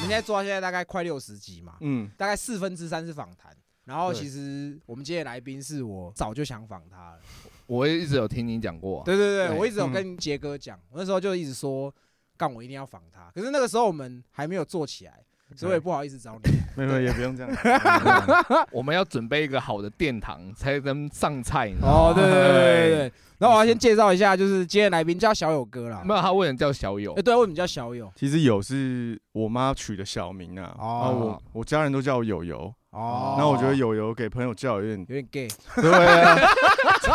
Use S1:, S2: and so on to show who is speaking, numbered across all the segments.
S1: 现在做到现在大概快六十集嘛，
S2: 嗯，
S1: 大概四分之三是访谈。然后
S2: 对
S1: 其实我们今天的来宾是我早就想访他了，
S3: 我一直有听你讲过啊、
S1: 对对对，
S3: 对
S1: 我一直有
S2: 嗯
S1: 跟杰哥讲，我那时候就一直说，干我一定要访他。可是那个时候我们还没有做起来，所以我也不好意思找你来。
S2: 没有没有，也不用这 样。嗯
S3: 我们要准备一个好的殿堂才能上菜，你知道
S1: 哦，
S3: 吗？
S1: 对对 对对对
S3: 对
S1: 对。然后我要先介绍一下，就是今天的来宾叫小友哥啦。
S3: 没有，他为什么叫小友
S1: 哎，？哦对，为什么叫小友？
S2: 其实友是我妈取的小名啊，
S1: 哦
S2: 然后我我家人都叫我友友，
S1: 哦
S2: 然后我觉得友友给朋友叫 有点
S1: 有点 gay，
S2: 对啊，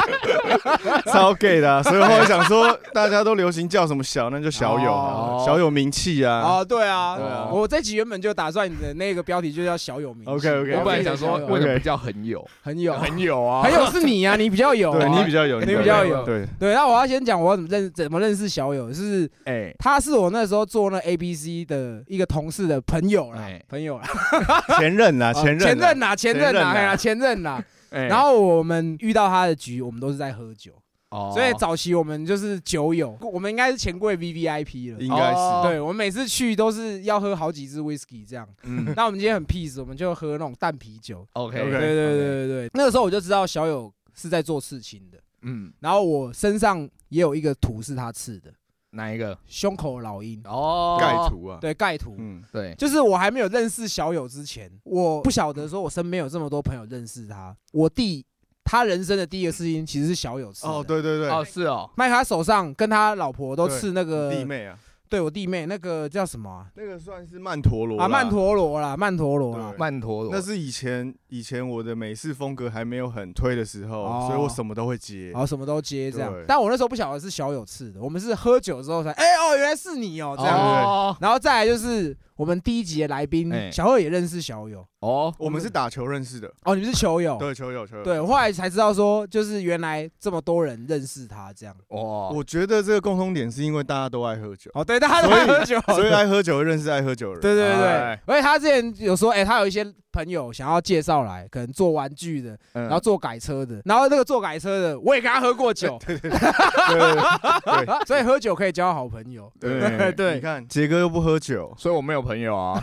S2: 超 gay 的啊、所以后来想说，大家都流行叫什么小，那就小友啊
S3: 哦，
S2: 小有名气啊。
S1: 哦，对啊，
S3: 对啊
S1: 我这集原本就打算你的那个标题就叫小有名气
S2: OK，OK，
S3: 我本来想说
S1: 小有
S3: 为什么不叫很友？
S1: 很有，
S3: 很友啊
S1: 很有是你啊，你比较有啊，
S2: 哦 对你比较有，
S1: 你比较有
S2: 对，
S1: 对。那我要先讲我怎么认怎么认识小友，是
S3: 哎，
S1: 他是我那时候做那 A B C 的一个同事的朋友啦
S3: 哎，
S1: 朋友啦，
S2: 前任啦，啊哎前任，
S1: 哦前任，啦，前任
S2: 前任
S1: 啦，
S2: 啦
S1: 哎呀，前任啦。然
S3: 然
S1: 后我们遇到他的局，我们都是在喝酒，
S3: 后
S1: 哦所以早期我们就是酒友，我们应该是钱柜 V V I P 了。
S2: 应该
S3: 哦
S2: 是，
S1: 对，我们每次去都是要喝好几支 whisky 这样。
S3: 嗯
S1: 那我们今天很 peace，我们就喝那种淡啤酒。
S3: ，OK，
S1: 对
S2: OK
S1: 对对对对，那个时候我就知道小友是在做刺青的，
S3: 嗯，
S1: 然后我身上也有一个图是他刺的，
S3: 哪一个？
S1: 胸口老鹰，
S3: 哦，
S2: 盖，图啊，
S1: 对，盖图。
S2: 嗯，
S3: 对，
S1: 就是我还没有认识小友之前，我不晓得说我身边有这么多朋友认识他。我弟他人生的第一个事情其实是小友刺的
S2: 哦，，对对
S3: 哦，
S2: 对，
S3: 是哦，
S1: 麦克他手上跟他老婆都
S2: 对
S1: 刺那个
S2: 弟，妹啊，
S1: 对我弟妹那个叫什么啊
S2: 那个算是曼陀罗
S1: 啊？曼，陀罗啦，曼陀罗啦
S2: 对。
S3: 曼陀罗，
S2: 那是以前以前我的美式风格还没有很推的时
S1: 哦
S2: 候，所以我什么都会接
S1: 然。后什么都接这样
S2: 对，
S1: 但我那时候不晓得是小友刺的，我们是喝酒之后才，哎、哦，原来是你哦这样。
S3: 哦
S1: 然后再来就是我们第一集的来宾、
S3: 哎
S1: 小友也认识小友，
S3: 哦，
S2: 我们是打球认识的，
S1: 嗯哦，你们是球友，
S2: 对，球友球友。
S1: 对，我哦后来才知道说，就是原来这么多人认识他这样。
S3: 哦，
S2: 我觉得这个共通点是因为大家都爱喝酒，
S1: 哦，对，大家都爱喝 酒，
S2: 所以爱喝酒会认识爱喝酒的人。
S1: 哦对对对
S2: 哎，
S1: 而且他之前有说，哎、他有一些朋友想要介绍来，可能做玩具的，然
S2: 嗯
S3: 然
S1: 后做改车的，然后那个做改车的，我也跟他喝过酒，
S2: 对对 对
S1: 所以喝酒可以交好朋友。
S2: 对
S1: 对
S2: 你看杰哥又不喝酒，
S3: 所以我没有朋友啊，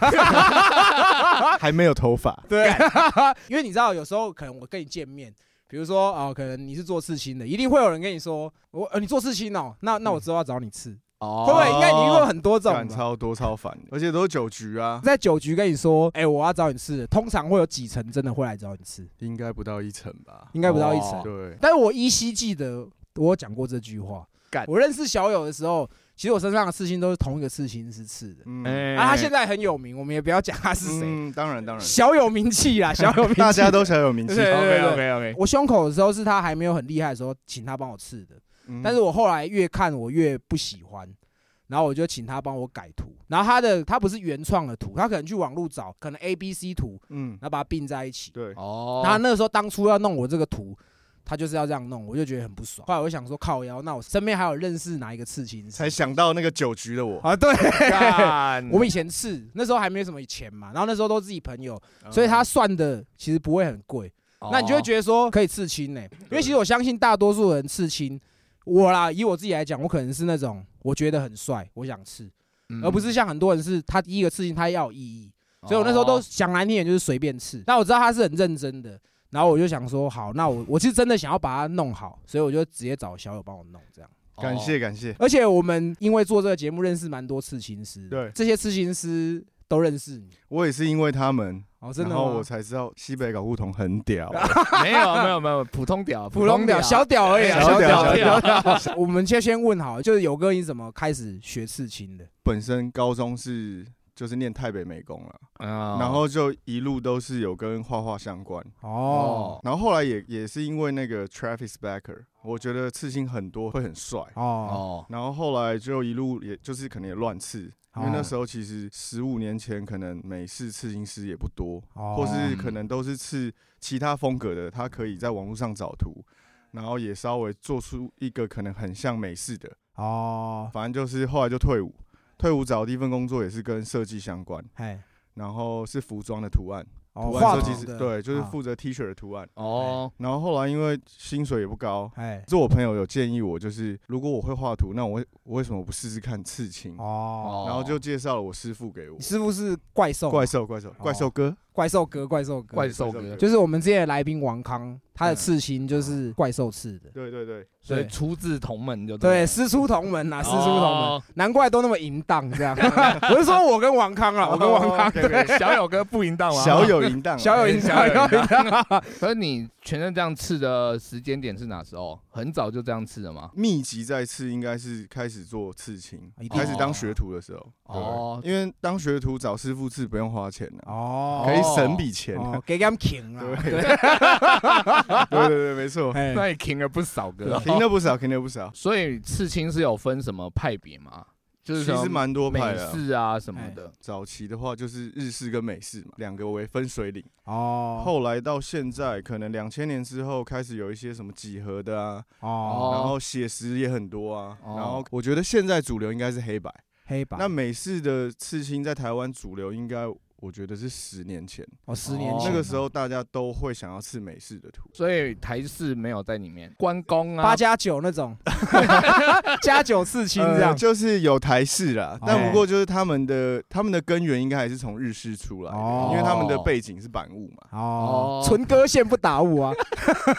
S2: 还没有头发，
S1: 啊对，啊因为你知道，有时候可能我跟你见面。比如说哦，可能你是做刺青的，一定会有人跟你说，我呃你做刺青哦，那
S2: 嗯
S1: 那我之后要找你刺，
S3: 哦，
S1: 会不会？应该你遇过很多这种
S2: 干
S1: 吧，
S2: 超多超烦 的，而且都是酒局啊，
S1: 在酒局跟你说，哎、我要找你吃的，通常会有几成真的会来找你吃，
S2: 应该不到一层吧？
S1: 应该不到一成。
S3: 哦
S2: 对，
S1: 但是我依稀记得我有讲过这句话
S3: 干。
S1: 我认识小友的时候，其实我身上的刺青都是同一个刺青师刺的。
S2: 嗯，
S3: 哎
S1: 啊，他现在很有名，我们也不要讲他是谁，
S2: 嗯？当然当然，
S1: 小有名气 啦，小有名气。
S2: 大家都小有名气，
S1: 对对
S3: OK
S1: 对
S3: OK OK，
S1: 我胸口的时候是他还没有很厉害的时候，请他帮我刺的。
S2: 嗯
S1: 但是我后来越看我越不喜欢，然后我就请他帮我改图。然后他的他不是原创的图，他可能去网络找，可能 A、B、C 图，
S2: 嗯
S1: 然，后把它并在一起。
S2: 对，
S3: 哦，
S1: 他那个时候当初要弄我这个图，他就是要这样弄，我就觉得很不爽。后来我想说靠腰，那我身边还有认识哪一个刺青师？
S2: 才想到那个酒局的我，
S1: 啊，对，
S3: 干
S1: 我们以前刺，那时候还没什么钱嘛，然后那时候都自己朋友，
S2: 嗯
S1: 所以他算的其实不会很贵。
S3: 哦
S1: 那你就会觉得说可以刺青呢、因为其实我相信大多数人刺青，我啦，以我自己来讲，我可能是那种我觉得很帅，我想刺，
S3: 得
S1: 而不是像很多人是他第一个刺青他要有意义，所以我那时候
S2: 哦
S1: 都想难听点就是随便刺。那我知道他是很认真的，然后我就想说，好，那我我是真的想要把它弄好，所以我就直接找小友帮我弄这样。
S3: 哦
S2: 感谢感谢，
S1: 而且我们因为做这个节目认识蛮多刺青师，
S2: 对
S1: 这些刺青师都认识你。
S2: 我也是因为他们，
S1: 哦，真
S2: 然
S1: 的
S2: 后我
S1: 吗？
S2: 才知道西北搞不同很 屌，
S3: 哦没有没有没有普通屌
S1: 普通屌，小屌而已啊，
S2: 小
S1: 小
S2: 屌
S1: 屌，
S2: 小
S1: 小屌。我们先先问好了，就是友哥，你怎么开始学刺青的？
S2: 本身高中是。就是念台北美工了，
S3: 然
S2: 然后就一路都是有跟画画相关，
S1: 哦
S2: 然后后来也也是因为那个 Travis Barker，我觉得刺青很多会很帅，
S1: 哦
S3: 哦
S2: 然后后来就一路也就是可能也乱刺，因为
S1: 哦
S2: 那时候其实十五年前可能美式刺青师也不多，
S1: 哦
S2: 或是可能都是刺其他风格的，他可以在网络上找图，然后也稍微做出一个可能很像美式的，
S1: 哦，
S2: 反正就是后来就退伍，退伍找的第一份工作也是跟设计相关，
S1: 哎
S2: 然后是服装的图案，
S1: 哦，
S2: 图
S1: 画
S2: 案设
S1: 图
S2: 计师，
S1: 的
S2: 对，就是
S1: 啊
S2: 负责 T 恤的图案。
S3: 哦，
S2: 然后后来因为薪水也不高，
S1: 哎，
S2: 是我朋友有建议我，就是如果我会画图，那我为我为什么不试试看刺青？
S1: 哦，
S2: 然后就介绍了我师傅给
S1: 你，
S2: 我
S1: 哦师傅是怪兽，
S2: 怪兽怪兽怪兽哥，
S1: 怪兽哥，怪兽哥，
S3: 怪兽
S2: 怪
S3: 哥
S2: 兽，
S1: 就是我们之前的来宾王康，他的
S3: 嗯
S1: 刺青就是怪兽刺的，
S2: 对 对对，
S3: 所以
S1: 对
S3: 出自同门就
S1: 对，
S3: 了
S1: 师出同门啊呐，师出同门
S3: 哦，
S1: 难怪都那么淫荡这样。 我是说我跟王康
S2: 哦
S1: 啊，我跟王康，
S2: 对对，
S3: 小友哥不淫荡啊，
S2: 小有淫荡啊，
S1: 小有淫荡，小有淫荡。
S3: 可是你全身这样刺的时间点是哪时候？很早就这样刺的吗？
S2: 密集再次应该是开始做刺青
S1: 一，定啊
S2: 开始当学徒的时候。
S3: 哦
S2: 对，因为当学徒找师傅刺不用花钱啊，
S1: 哦，
S2: 可以省笔钱啊。
S1: 哦，给他们停
S2: 对
S1: 了。
S2: 对对对，没错，
S1: 哎
S3: 那你停了不少个，
S2: 停了不少，停了不少，
S3: 所以刺青是有分什么派别吗？就是
S2: 其
S3: 什么
S2: 实蛮多
S3: 美
S2: 派的啊。
S3: 式啊什么的。
S2: 早期的话就是日式跟美式嘛，两个为分水岭。
S1: 哦
S2: 后来到现在，可能两千年之后开始有一些什么几何的啊，
S1: 哦，
S2: 然后写实也很多啊。
S3: 哦
S2: 然后我觉得现在主流应该是黑白，
S1: 黑白
S2: 那美式的刺青在台湾主流应该我觉得是十年前，
S1: 哦，十年
S3: 哦
S1: 前
S2: 那个时候大家都会想要刺美式的图。
S3: 所以台式没有在里面，关公啊，
S1: 八加九那种，加九刺青这
S2: 呃
S1: 样。
S2: 就是有台式啦，但
S1: 哦
S2: 不过就是他们的他们的根源应该还是从日式出来的，
S1: 哦，
S2: 啊因为他们的背景是板物嘛
S1: 哦
S3: 哦，
S1: 纯哥线不打五啊，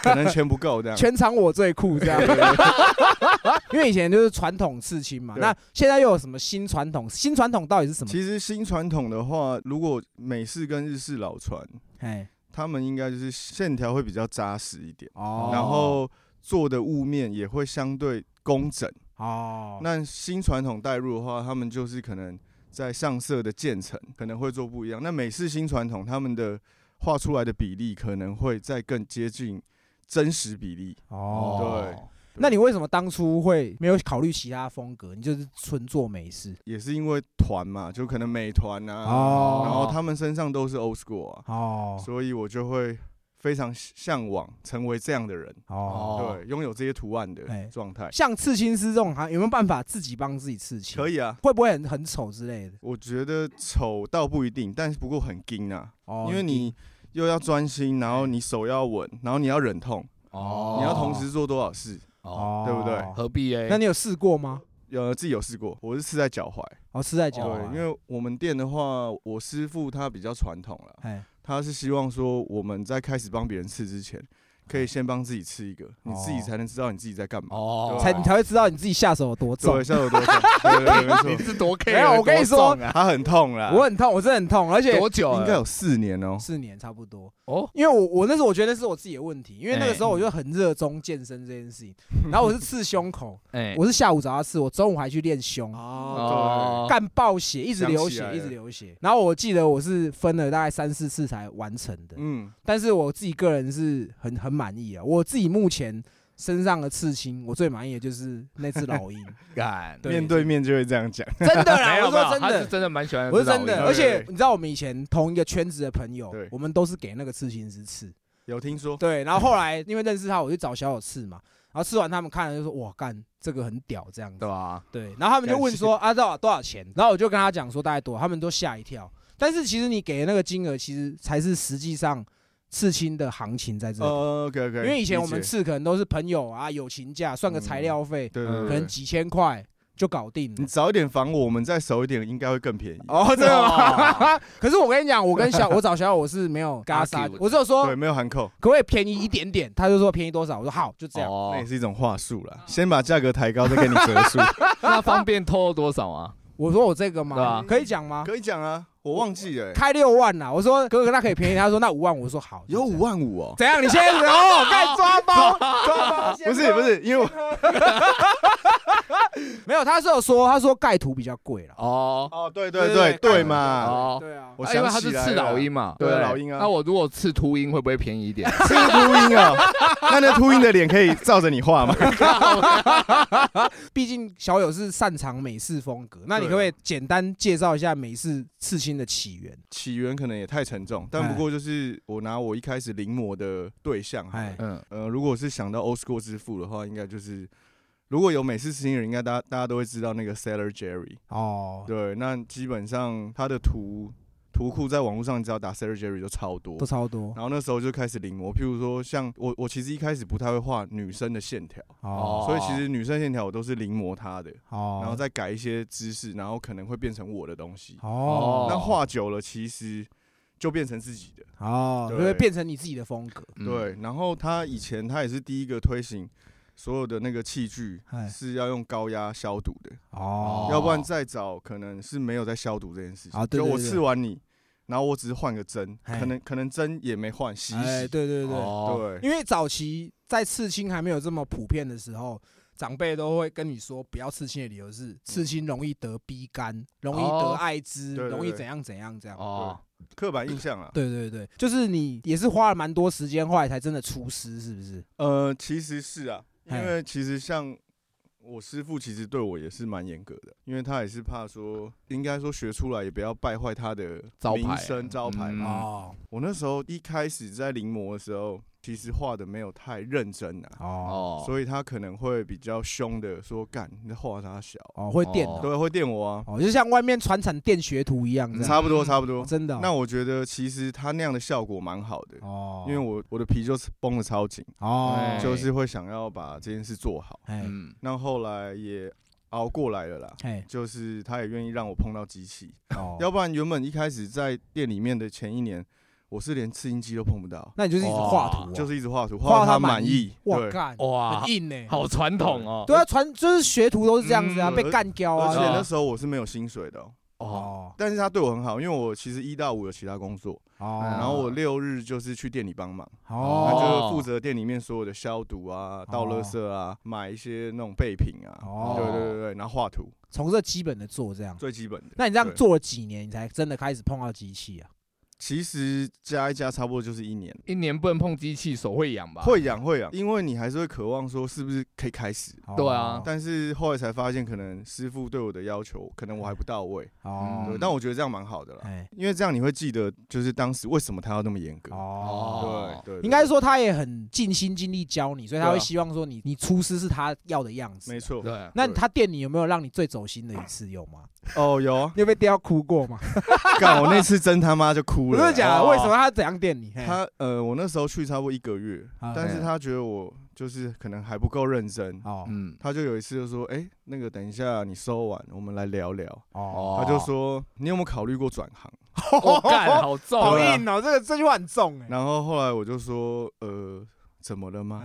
S2: 可能钱不够这样。
S1: 全场我最酷这样。 因为以前就是传统刺青嘛，
S2: 对
S1: 那现在又有什么新传统？新传统到底是什么？
S2: 其实新传统的话，如果美式跟日式老传，
S1: 哎，
S2: 他们应该就是线条会比较扎实一点，
S1: 哦
S2: 然后做的雾面也会相对工整。
S1: 哦，
S2: 那新传统带入的话，他们就是可能在上色的渐层可能会做不一样。那美式新传统他们的画出来的比例可能会再更接近真实比例。
S1: 哦，
S2: 对
S1: 那你为什么当初会没有考虑其他风格？你就是纯做美式
S2: 也是因为团嘛，就可能美团啊，
S1: 哦
S2: 然后他们身上都是 old school 啊，
S1: 哦
S2: 所以我就会非常向往成为这样的人，
S1: 哦，
S3: 哦
S2: 对，拥有这些图案
S1: 哎
S2: 的状态。
S1: 像刺青师这种行，有没有办法自己帮自己刺青？
S2: 可以啊，
S1: 会不会很很丑之类的？
S2: 我觉得丑倒不一定，但是不过很硬啊，
S1: 哦
S2: 因为你又要专心，然后你手要稳，然后你要忍痛，
S3: 哦，
S2: 你要同时做多少事？
S3: 哦，
S2: 对不对？
S3: 何必哎？
S1: 那你有试过吗？
S2: 呃，自己有试过，我是刺在脚踝，
S1: 哦，吃在脚
S3: 哦
S1: 踝，
S2: 对，因为我们店的话，我师傅他比较传统了，
S1: 哎
S2: 他是希望说我们在开始帮别人刺之前，可以先帮自己刺一
S1: 哦
S2: 个，你自己才能知道你自己在干嘛。
S3: 哦，
S1: 才
S2: 对
S1: 你才会知道你自己下手有多重
S2: 对，。下有 多痛？对对对，
S3: 你
S2: 没错，
S3: 是多 care，
S1: 没有我跟你说
S3: 多重啊
S2: 他很痛啦，
S1: 我很痛，我真的很痛，而啊且
S3: 多久了？
S2: 应该有四年哦。
S1: 四年差不多。
S3: 哦，
S1: 因为我我那时候我觉得那是我自己的问题，因为那个时候我就很热衷健身这件事情，然后我是刺胸口，
S3: 哎，
S1: 我是下午找他刺，我中午还去练胸，
S2: 哦，
S3: 哦，
S1: 干爆血，一直流血，
S2: 想起
S1: 一
S2: 来了
S1: 直流血。然后我记得我是分了大概三四次才完成的
S2: 对，，嗯，
S1: 但是我自己个人是很很满意啊。我自己目前身上的刺青，我最满意的就是那只老鹰，
S3: 干，
S1: 对
S2: 面对面就会这样讲，
S1: 真的
S3: 没
S1: 啦，
S3: 有
S1: 我
S3: 没有
S1: 说真
S3: 他是
S1: 的。
S3: 真的蛮喜欢，
S1: 我是真的，
S2: 老鹰
S1: 而且
S2: 对
S1: 你知道我们以前同一个圈子的朋友
S2: 对，
S1: 我们都是给那个刺青师 刺，
S2: 有听说？
S1: 对，然后后来因为认识他，我去找小友刺嘛，然后刺完他们看了就说哇干这个很屌这样子
S3: 对，
S2: 啊
S3: 吧？
S1: 对，然后他们就问说啊多少多少钱，然后我就跟他讲说大概多少，他们都吓一跳。但是其实你给的那个金额，其实才是实际上刺青的行情在这里，
S2: 呃，OK OK，
S1: 因为以前我们刺可能都是朋友啊友情价，算个材料费，
S2: 对
S3: 嗯
S2: 对
S1: 可
S2: 对
S1: 能，几千块就搞定了
S2: 你。早一点防我，我们再熟一点，应该会更便宜。
S1: 哦，真的吗
S3: 哦？
S1: 可是我跟你讲，我跟 小我找小友我是没有跟他撒
S3: Argue，
S1: 我只有说
S2: 对，没有含扣，
S1: 可不可以便宜一点点，他就说便宜多少，我说好就这样。
S2: 那
S3: 哦
S2: 也，是一种话术啦。先把价格抬高，再给你折 数，
S3: 那方便透露多少啊？
S1: 我说我这个
S3: 对
S1: 吗
S3: 啊？
S1: 可以讲吗？
S2: 可以讲啊，我忘记了欸，
S1: 开六万啊啦，我说哥哥那可以便宜，他说那五万，我说好，
S2: 有五
S1: 万，
S2: 万五哦。
S1: 怎样？你现在哦， 该抓包抓包，
S2: 啊不是不是，因为我哦
S1: 没有，他是有说，他说盖图比较贵了，
S3: 哦，
S2: 哦，对对
S1: 对
S2: 对
S1: 对
S2: 对嘛，
S3: 哦，
S1: 对啊，
S2: 我
S3: 啊因为
S2: 想
S3: 他
S2: 起
S3: 是
S2: 来
S3: 刺
S2: 了
S3: 老鹰嘛，
S2: 对
S3: 不
S2: 老鹰啊
S3: 那我如果刺秃鹰会不会便宜一点？
S2: 是秃鹰哦，那那秃鹰的脸可以照着你画吗？
S1: 毕竟小友是擅长美式风格，那你
S2: 对啊
S1: 可不可以简单介绍一下美式刺青的起源？
S2: 起源可能也太沉重，但不过就是我拿我一开始临摹的对象好了，
S1: 哎
S3: 嗯，
S2: 呃，如果是想到 old school 之父的话，应该就是如果有美式新人，应该大家大家都会知道那个 Sailor Jerry。
S1: 哦，
S2: 对，那基本上他的图图库在网络上只要打 Sarah Jerry 就超多
S1: 都。超多
S2: 然后那时候就开始临摹，譬如说像我，我其实一开始不太会画女生的线条，
S1: 哦
S2: 所以其实女生线条我都是临摹她的，
S1: 哦，
S2: 然后再改一些姿势，然后可能会变成我的东西。
S1: 哦
S2: 那画久了，其实就变成自己的。
S1: 哦，就
S2: 对
S1: 会变成你自己的风格。
S3: 嗯，
S2: 对，然后他以前他也是第一个推行所有的那个器具
S1: 嗨
S2: 是要用高压消毒的，
S1: 哦，
S2: 要不然再早可能是没有在消毒这件事情。
S1: 啊对
S2: 就
S1: 对
S2: 我
S1: 对
S2: 刺完你，然后我只是换个针，
S1: 嘿
S2: 可能可能针也没换，洗一
S1: 哎，
S2: 洗。
S1: 对对对，
S3: 哦，
S2: 对，
S1: 因为早期在刺青还没有这么普遍的时候，长辈都会跟你说不要刺青的理由
S2: 嗯
S1: 是刺青容易得鼻肝，容易得
S3: 哦
S1: 艾滋，
S2: 对对
S1: 容易
S2: 对
S1: 怎样怎样这样。
S3: 哦，
S2: 刻板印象啊。
S1: 对对对，就是你也是花了蛮多时间，后来才真的出师，是不是？
S2: 呃，其实是啊，因
S1: 嘿
S2: 为其实像我师傅，其实对我也是蛮严格的，因为他也是怕说，应该说学出来也不要败坏他的
S3: 招牌
S2: 名声招牌啊
S3: 嗯
S2: 嘛。
S1: 哦
S2: 我那时候一开始在临摹的时候，其实画的没有太认真啊，
S1: 哦
S3: 哦，以
S2: 所以他可能会比较凶的说：“干，你在画啥小
S1: 哦，会电
S3: 哦
S1: 的
S2: 对，会电我啊。
S1: 哦，就像外面传产电学徒一样这样，
S2: 差不多，差不多
S1: 哦。真的哦
S2: 那我觉得其实他那样的效果蛮好的，
S1: 哦，
S2: 因为我我的皮就是绷的超紧，
S1: 哦
S3: 哎
S2: 就是会想要把这件事做好。
S1: 哎
S3: 嗯，
S2: 那后来也熬过来了啦，
S1: 哎
S2: 就是他也愿意让我碰到机器，
S1: 哦，
S2: 要不然原本一开始在店里面的前一年，我是连刺印机都碰不到，
S1: 那你就是一直画图
S3: 哇
S1: 哦，
S2: 就是一直画图，
S1: 画
S2: 到
S1: 到
S2: 他
S1: 他
S2: 满
S1: 意
S2: 意。，
S1: 哇
S2: 对，
S1: 干
S3: 哇
S1: 很，硬
S2: 欸
S1: 呢，
S3: 好传统哦，
S1: 对啊，传就是学徒都是这样子啊，
S2: 嗯
S1: 被干掉
S2: 而且
S1: 啊，
S2: 那时候我是没有薪水的哦、
S3: 哦，
S1: 哦
S2: 但是他对我很好，因为我其实一到五有其他工作，
S1: 哦，
S2: 然后我六日就是去店里帮忙，那
S1: 哦
S2: 就是负责店里面所有的消毒啊、倒垃圾啊、买一些那种备品啊
S1: 哦，
S2: 对对对对，然后画图
S1: 从这基本的做这样。
S2: 最基本的。
S1: 那你这样
S2: 对
S1: 做了几年，你才真的开始碰到机器啊？
S2: 其实加一加差不多就是一年，
S3: 一年不能碰机器，手会痒吧？，
S2: 会痒会痒，因为你还是会渴望说是不是可以开始，
S1: 哦
S3: 对啊
S2: 但是后来才发现，可能师傅对我的要求，可能我还不到位，
S1: 哦
S2: 对，
S3: 嗯
S2: 但我觉得这样蛮好的啦，
S1: 哎
S2: 因为这样你会记得，就是当时为什么他要那么严
S1: 哦，
S2: 格，
S3: 哦
S2: 对对，对
S1: 应该说他也很尽心尽力教你，所以他
S2: 对
S1: 会
S2: 啊
S1: 希望说你你出师是他要的样子。啊
S2: 没。错，
S3: 对，
S1: 那
S2: 对
S1: 他店里有没有让你最走心的一次有吗？
S2: 哦，有啊，
S1: 你有被电到哭过吗？
S2: 干我那次真他妈就哭
S1: 我
S2: 了，
S1: 真的假的？
S3: 哦
S1: 为什么他怎样电你？嘿
S2: 他呃，我那时候去差不多一个月，
S1: 啊
S2: 但是
S3: 对
S2: 他觉得我就是可能还不够认真，
S1: 哦
S3: 嗯，
S2: 他就有一次就说，哎，那个等一下你收完，我们来聊聊。
S1: 哦
S3: 哦
S2: 他就说，你有没有考虑过转行？
S3: 我哦干，好重
S1: 好
S3: 啊，
S1: 硬哦，这个这句话很重哎。
S2: 然后后来我就说，呃，怎么了吗？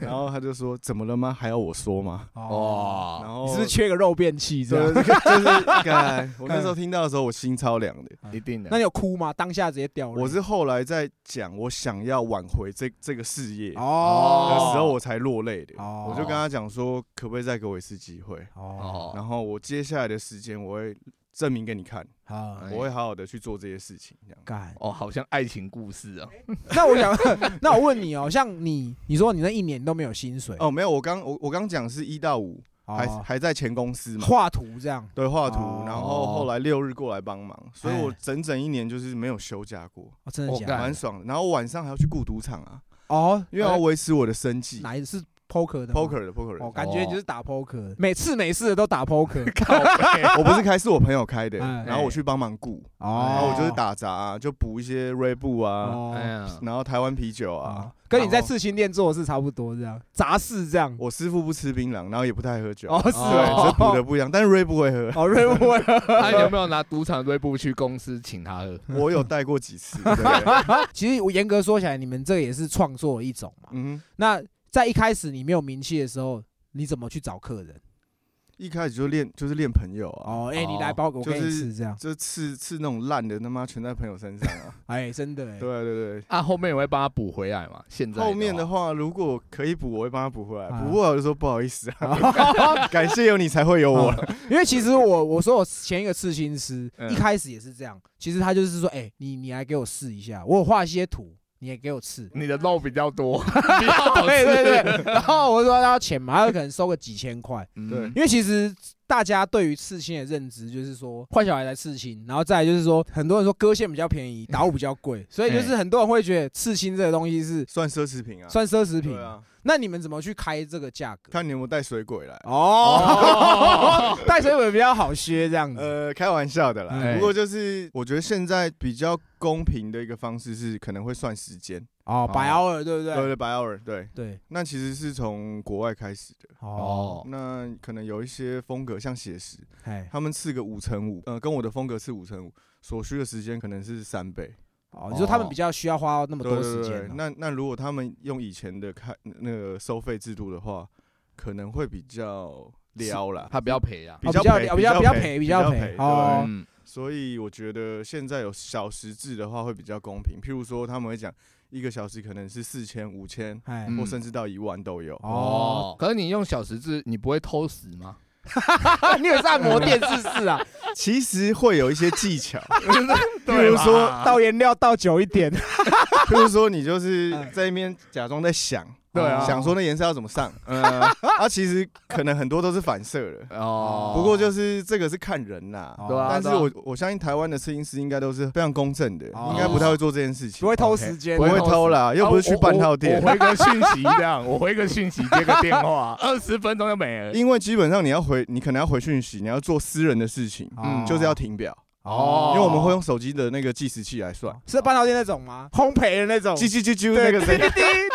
S2: 然后他就说，怎么了吗？还要我说吗？
S1: 哦，
S2: 然
S3: 哇，
S2: 后
S1: 你是不是缺个肉便器这样？
S2: 对，这个就是干。我那时候听到的时候，我心超凉哦的。
S3: 一定的，
S1: 那你有哭吗？当下直接掉泪？
S2: 我是后来在讲我想要挽回这这个事业的
S1: 哦
S2: 时候，我才落泪的。
S1: 哦
S2: 我就跟他讲说，可不可以再给我一次机会？
S1: 哦
S3: 哦，
S2: 然后我接下来的时间，我会证明给你看，
S1: 好
S3: 哎
S2: 我会好好的去做这些事情。这样，
S1: 干。
S3: 哦，好像爱情故事啊，
S1: 那我想，那我问你哦，像你，你说你那一年都没有薪水，
S2: 哦，没有，我刚我我刚讲是一到五，
S1: 哦
S2: 还还在前公 司嘛。
S1: 画图这样，
S2: 对，画
S1: 哦哎
S2: 图，然后后来六日过来帮忙，所以我整整一年就是没有休假过，
S1: 哦真的
S3: 我
S1: 假
S3: 干
S1: 的？
S2: 蛮爽的。然后晚上还要去雇赌场啊，
S1: 哦，
S2: 因为我要维持我的生计。
S1: 哪一是 poker 的吗
S2: poker 哦的 poker 的
S1: 哦，，感觉你就是打 poker，的每次每次的都打 poker。
S2: 哎我不是开，是我朋友开的，
S1: 哎
S2: 然后我去帮忙雇，然后
S1: 哦
S2: 我就是打杂啊，就补一些 r e b 啊，
S3: 哎
S1: 哦，
S3: 呀，
S2: 然后台湾啤酒啊
S1: 哦。跟你在
S2: 然后
S1: 刺青店做的事差不多，这样杂事这样。
S2: 我师傅不吃槟榔，然后也不太喝酒，
S1: 哦，是
S2: 对，
S1: 哦，
S2: 所以补的不一样，但是 r e b 会 喝，
S1: 哦，瑞文
S2: 啊
S1: 会
S3: 那你有没有拿赌场锐步去公司请他喝？
S2: 我有带过几 次，对，
S1: 其实我严格说起来，你们这也是创作的一种嘛。
S2: 嗯哼，
S1: 那在一开始你没有名气的时候，你怎么去找客人？
S2: 一开始就练就是练朋友啊，
S1: 哦，哎、
S3: 哦
S1: 你来包给我
S2: 就
S1: 给你
S2: 是
S1: 吃，这样，
S2: 就刺刺那种烂的，他妈全在朋友身上啊，
S1: 哎、真的、哎，
S2: 对对对。
S3: 啊，后面也会帮他补回来嘛？现在
S2: 后面的
S3: 的话
S2: 话，如果可以补，我会帮他补回来。
S1: 啊
S2: 补不好就说不好意思 啊，感谢有你才会有我。
S1: 啊因为其实我我说我前一个刺青师、
S3: 嗯。
S1: 一开始也是这样，其实他就是说，哎、你你来给我试一下，我有画一些图，你也给我刺
S3: 你的肉比较 多，比较好 吃
S1: 对对对，然后我说他要钱嘛，他可能收个几千块，
S3: 嗯
S2: 对
S1: 因为其实大家对于刺青的认知就是说，坏小孩来刺青，然后再来就是说，很多人说割线比较便宜，打雾比较贵，所以就是很多人会觉得刺青这个东西是
S2: 算奢侈品啊，
S1: 算奢侈品
S2: 对。啊，
S1: 那你们怎么去开这个价格？
S2: 看你有没有带水鬼来。
S1: 哦， 带水尾比较好削这样子。
S2: 呃，开玩笑的啦。
S3: 嗯
S2: 不过就是，我觉得现在比较公平的一个方式是，可能会算时间，
S1: 哦，百
S3: 哦
S1: 奥尔对不
S2: 对
S1: 对？
S2: 对，白 hour，对。
S1: 对，
S2: 那其实是从国外开始的。
S1: 哦，
S2: 那可能有一些风格像写实，
S1: 哎，
S2: 他们刺个五乘五，呃，跟我的风格是五乘五，所需的时间可能是三倍。
S1: 哦，你说他们比较需要花那么
S2: 对
S1: 多
S2: 对
S1: 时
S2: 对
S1: 间
S2: 对
S1: 哦，
S2: 那那如果他们用以前的开那个收费制度的话，可能会比较撩啦，
S3: 他不要赔啊。
S1: 哦
S2: 较
S1: 比较
S2: 赔
S1: 比较比较赔
S2: 赔
S1: 比较赔
S2: 赔。
S1: 哦
S2: 对
S3: 嗯，
S2: 所以我觉得现在有小时制的话会比较公平，譬如说他们会讲一个小时可能是四千、五千，
S1: 哎，
S3: 嗯
S2: 或甚至到一万都有。
S1: 哦，
S3: 哦，可是你用小十字，你不会偷食吗？
S1: 你有在磨电视是 啊？
S2: 其实会有一些技巧，
S3: 譬
S2: 譬如说
S1: 倒颜料倒久一点，
S2: 譬如说你就是
S1: 嗯
S2: 在那边假装在想，
S1: 对啊
S2: 想说那颜色要怎 么上，呃，啊，其实可能很多都是反射的。
S3: 哦，
S2: 不过就是是这个是看人啦，
S1: 哦
S3: 对啊，
S2: 但是
S3: 对啊
S2: 我我相信台湾的摄影师应该都是非常公正的，
S1: 哦
S2: 应该不太会做这件事情，
S1: 不会偷时间，哦
S2: 不会偷啦，又不是去半套
S3: 啊
S2: 店
S3: 我。我我回个讯息这样，我回个讯息，接个电
S1: 哦
S3: 话，二十分钟就没了。
S2: 因为基本上你要回，你可能要回讯息，你要做私人的事情，
S1: 哦
S2: 嗯就是要停表，
S3: 哦
S2: 因为我们会用手机的那个计时器来算，
S1: 是半导体那种吗？烘焙的那种，
S2: 啾啾啾啾那
S1: 对，
S2: 个 声音。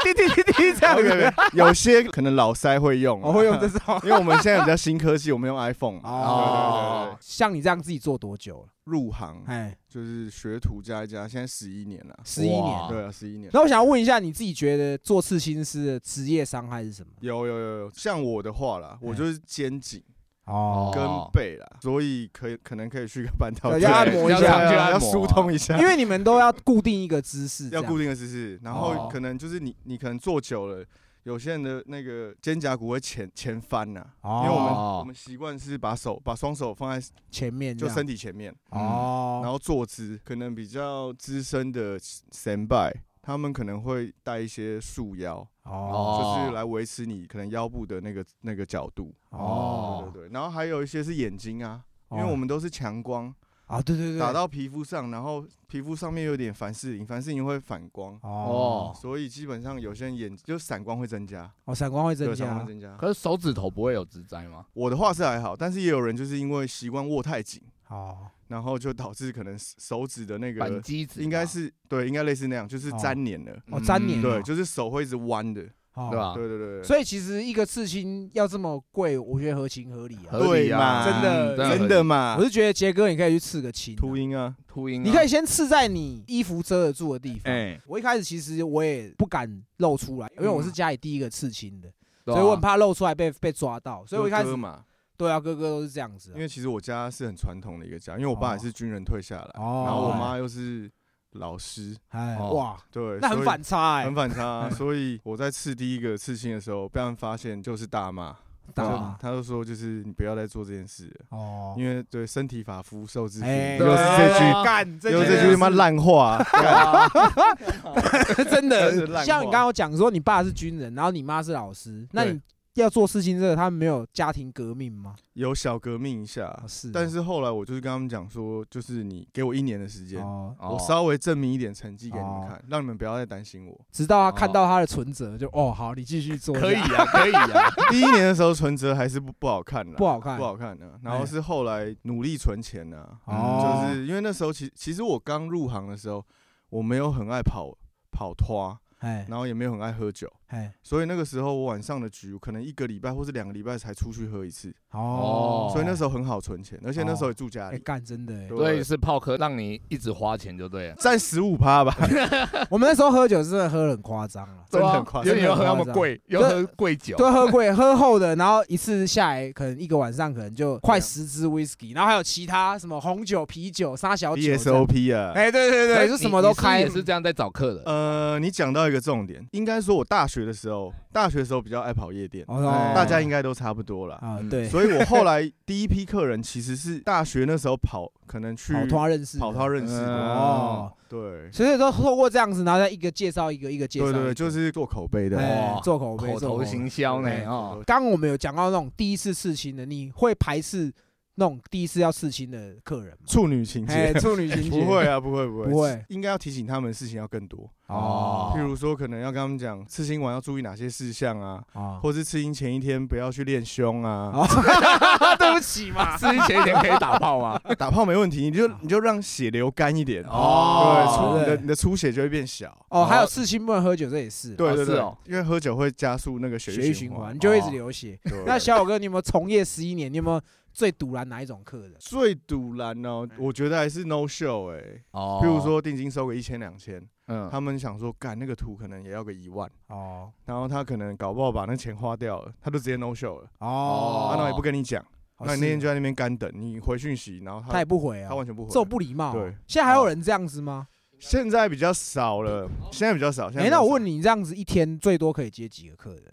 S1: 滴滴滴滴滴滴这样
S2: OK，
S1: 子，
S2: 有些可能老塞会用，啊
S1: 我哦会用这，种。
S2: 因为我们现在比较新科技，我们用 iPhone 嘛
S1: 哦
S2: 对对对对
S1: 像你这样自己做多久了？
S2: 入行
S1: 哎，
S2: 就是学徒加一加，现在十一年了。
S1: 十一年
S3: 哇。
S2: 对啊，十一年。
S1: 那我想要问一下，你自己觉得做刺青师的职业伤害是什么？
S2: 有有有有，像我的话啦，我就是肩颈
S1: 嗯哦
S2: 跟背啦，所以可以可能可以去个半套
S1: 对
S2: 店，
S1: 要按摩一下
S2: 对
S3: 要
S2: 啊
S3: 去按摩
S2: 要疏通一下，
S1: 因为你们都要固定一个姿势，
S2: 要固
S1: 定。
S2: 定的姿势，然
S3: 哦
S2: 后可能就是你你可能坐久了，有些人的那个肩胛骨会前前翻呐，因为我们
S3: 哦
S2: 我们习惯是把手把双手放在
S1: 前面这
S2: 就
S1: 样
S2: 身体前面，然
S1: 哦，
S2: 后坐姿，可能比较资深的前辈，他们可能会带一些束腰，
S1: 哦
S2: 就是来维持你可能腰部的那个那个角度。
S1: 哦
S3: 哦，
S2: 对对对，然后还有一些是眼睛啊，因为我们都是强光
S1: 啊，对对对，
S2: 打到皮肤上，然后皮肤上面有点凡士林，凡士林会反光，
S1: 哦
S2: 所以基本上有些人眼就闪光会增加，
S1: 哦，闪光会增
S2: 对，闪光
S1: 加
S2: 会增加。
S3: 可是手指头不会有指摘吗？
S2: 我的话是还好，但是也有人就是因为习惯握太紧，
S1: 哦
S2: 然后就导致可能手指的那
S3: 扳
S2: 个
S3: 机指
S2: 应该是对，应该类似那样，就是
S1: 哦
S2: 粘黏了。
S1: 哦粘黏哦
S3: 嗯
S2: 对，就是手会一直弯的，
S1: 哦
S3: 对吧？
S2: 对对对对，
S1: 所以其实一个刺青要这么贵，我觉得合情合理啊。
S3: 合理
S2: 对
S3: 啊，
S2: 嘛
S1: 真的
S3: 合理
S2: 真的嘛
S1: 我，是觉得杰哥，你可以去刺个青啊、
S2: 啊秃鹰啊，
S3: 秃鹰啊，
S1: 你可以先刺在你衣服遮得住的地方。
S3: 哎，
S1: 我一开始其实我也不敢露出来，因为我
S2: 嗯
S1: 是家里第一个刺青的，
S3: 对啊
S1: 所以我很怕露出来被被抓到，所以我一开
S2: 哥
S1: 始
S2: 哥嘛，
S1: 对啊，哥哥都是这样子啊、
S2: 因为其实我家是很传统的一个家，因为我爸也是军人退下来，
S1: 哦
S2: 然后我妈又是老师，
S1: 哎、
S3: 哦
S1: 哇，
S2: 对，
S1: 那很
S2: 所以
S1: 反差哎、
S2: 很反 差啊，所以我在刺第一个刺青的时候，被他们发现就是大骂，
S1: 大
S2: 就
S1: 骂
S2: 他就说就是你不要再做这件事了，
S1: 哦，
S2: 因为对身体发肤受之父母，
S1: 哎
S2: 又是这
S3: 对
S2: 句
S3: 啊
S1: 干，
S2: 又
S1: 件
S2: 是这句他妈烂话，啊干
S1: 真
S2: 真的烂
S1: 的，
S2: 话
S1: 像你刚刚讲说，你爸是军人，然后你妈是老师，那你要做事情这个，他们没有家庭革命吗？
S2: 有小革命一下
S1: 啊，是啊
S2: 但是后来我就是跟他们讲说，就是你给我一年的时间，
S1: 哦，
S3: 哦
S2: 我稍微证明一点成绩给你们
S1: 哦。
S2: 看，让你们不要再担心我
S1: 直到
S2: 哦
S1: 他看到他的存折，就哦，好，你继续做，
S3: 可以啊，可 以啊，
S2: 第一年的时候存折还是不不好看的，
S1: 不好看哎
S2: 不好看的。然后是后来努力存钱呢，
S1: 哦
S2: 就是因为那时候其其实我刚入行的时候，我没有很爱跑跑拖，
S1: 哎
S2: 然后也没有很爱喝酒，
S1: 哎，
S2: 所以那个时候我晚上的局可能一个礼拜或是两个礼拜才出去喝一次，
S1: 哦
S3: 哦，
S2: 所以那时候很好存钱，而且那时候也住家
S1: 哎
S2: 里，
S1: 干真的欸，
S2: 对
S3: 所以是泡科让你一直花钱就对了，
S2: 占十五趴吧，
S1: 我们那时候喝酒真的喝得很夸张了，
S2: 真的很夸张
S3: 因为你要喝那么贵，
S1: 真
S3: 又
S1: 的很夸张啊
S3: 喝贵酒，
S1: 都喝贵喝厚的，然后一次下来可能一个晚上可能就快
S2: 对啊
S1: 十支 whisky，然后还有其他什么红酒、啤酒、沙小酒这样
S2: DSOP 啊。
S1: 哎，对对
S3: 所
S1: 对，
S3: 以
S1: 就
S3: 你
S1: 什么都开，
S3: 你是也是这样在找客人，
S2: 呃，你讲到一个重点，应该说我大学的时候，大学的时候比较爱跑夜店，
S1: 哦
S3: 哎
S2: 大家应该都差不多啦。
S1: 啊
S3: 嗯
S1: 对，
S2: 所以我后来第一批客人其实是大学那时候跑，可能去
S1: 跑团认识的，
S2: 跑套认识啊
S3: 嗯
S2: 的。
S1: 哦，
S2: 对，对
S1: 所以说透过这样子，然后再一个介绍一个一个介绍一
S2: 对
S1: 个，
S2: 对对，就是做口碑的。
S1: 哎
S3: 哇
S1: 做口碑，
S3: 口
S1: 做
S3: 头
S1: 碑
S3: 行销呢
S1: 对
S3: 哦，
S1: 刚刚我们有讲到那种第一次刺青的，你会排斥那种第一次要刺青的客人吗？
S2: 处女情
S1: 哎，
S2: 节
S1: 处女情节
S2: 不会啊，不会不会
S1: 不会
S2: 应该要提醒他们的事情要更多，
S1: 哦
S2: 譬如说可能要跟他们讲刺青完要注意哪些事项啊，
S1: 啊，
S2: 或是刺青前一天不要去练胸啊，
S1: 哦对不起嘛，
S3: 之前一天可以打炮吗？
S2: 啊打炮没问题，你就你就让血流干一点，
S1: 哦
S2: 对，出你
S1: 对
S2: 的你的出血就会变小，
S1: 哦，还有刺青不能喝酒，这也是
S2: 对
S3: 哦
S2: 对
S3: 是
S2: 对
S3: 哦，
S2: 因为喝酒会加速那个血
S1: 血
S2: 液
S1: 液循环，
S2: 环哦
S1: 你。就会一直流血。
S2: 对
S1: 那小友哥，你有没有从业十一年？你有没有最堵拦哪一种客人？
S2: 最堵拦哦，我觉得还是 no show 哎、
S3: 哦
S2: 譬如，说定金收个一千两千，
S3: 嗯，
S2: 他们想说干那个图可能也要个一万，
S1: 哦
S2: 然后他可能搞不好把那钱花掉了，他就直接 no show 了，
S1: 哦
S2: 啊，那也不跟你讲，
S1: 哦
S2: 那你
S1: 是
S2: 那天就在那边干等，你回讯息，然后
S1: 他
S2: 他
S1: 也不回啊
S2: 他，完全不
S1: 这种
S2: 回。
S1: 不礼貌啊。
S2: 对
S1: 现在还有人这样子吗？
S2: 现在比较少了，现在比较少。
S1: 哎，那我问
S2: 你，
S1: 你，这样子一天最多可以接几个客人？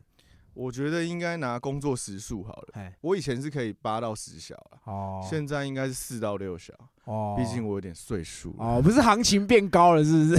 S2: 我觉得应该拿工作时数好了。
S1: 哎，
S2: 我以前是可以八到十小啊，
S1: 哦
S2: 现在应该是四到六小，
S1: 哦
S2: 毕竟我有点岁数了。
S1: 哦，不是行情变高了，是不是？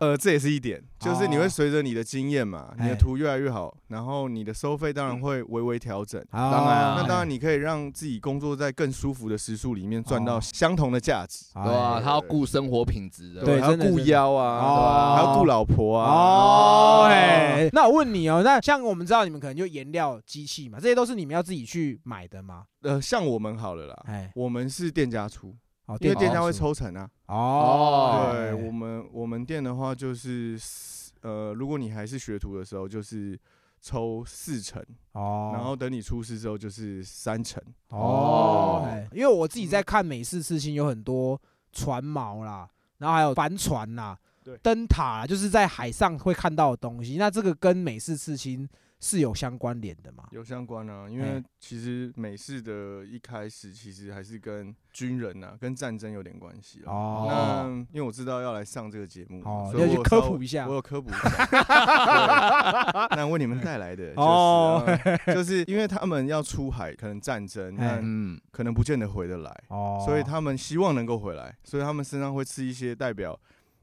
S2: 呃，这也是一点，就是你
S1: 哦
S2: 会随着你的经验嘛，你
S1: 哎嗯
S2: 的图越来越好，然后你的收费当然会微微调整。
S1: 当
S3: 当然啊
S2: 那当
S1: 哎
S2: 然，你可以让自己工作在更舒服的时数里面赚到
S1: 哦
S2: 相同的价值，
S3: 对啊，
S2: 哎
S3: 他要顾生活品质的，
S1: 对
S2: 还要
S1: 真的
S2: 顾
S1: 真的
S2: 腰啊，对吧还要顾老婆啊。
S1: 哦，
S3: 哦
S1: 哎，那我问你哦，那像我们知道你们可能就颜料、机器嘛，这些都是你们要自己去买的吗？
S2: 呃，像我们好了啦，
S1: 哎，
S2: 我们是店家出，
S1: 哦，
S2: 因为店家
S1: 哦
S2: 会抽成啊。
S1: 哦，
S2: 对我们我们店的话就是四，呃，如果你还是学徒的时候，就是抽四成，
S1: 哦，
S2: 然后等你出师之后就是三成。
S1: 哦
S3: 哦，
S1: 哎因为我自己
S2: 嗯
S1: 在看美式刺青，有很多船锚啦，然后还有帆船啦
S2: 对、
S1: 灯塔啦，就是在海上会看到的东西。那这个跟美式刺青是有相关联的嘛？
S2: 有相关啊，因
S1: 嘿
S2: 为其实美式的一开始其实还是跟军人啊，跟战争有点关系啊。
S1: 哦
S2: 那因为我知道要来上这个节目，
S1: 哦
S2: 所以
S1: 要去
S2: 我
S1: 科
S2: 稍微
S1: 普一下
S2: 我有科普 一下。对那为你们带来的就是
S1: 哦
S2: 呃，就是因为他们要出海，可能战争，
S1: 嘿
S2: 那
S3: 嗯，
S2: 可能不见得回得来，
S1: 哦
S2: 所以他们希望能够回来，所以他们身上会吃一些代表，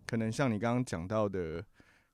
S2: 可能像你刚刚讲到的。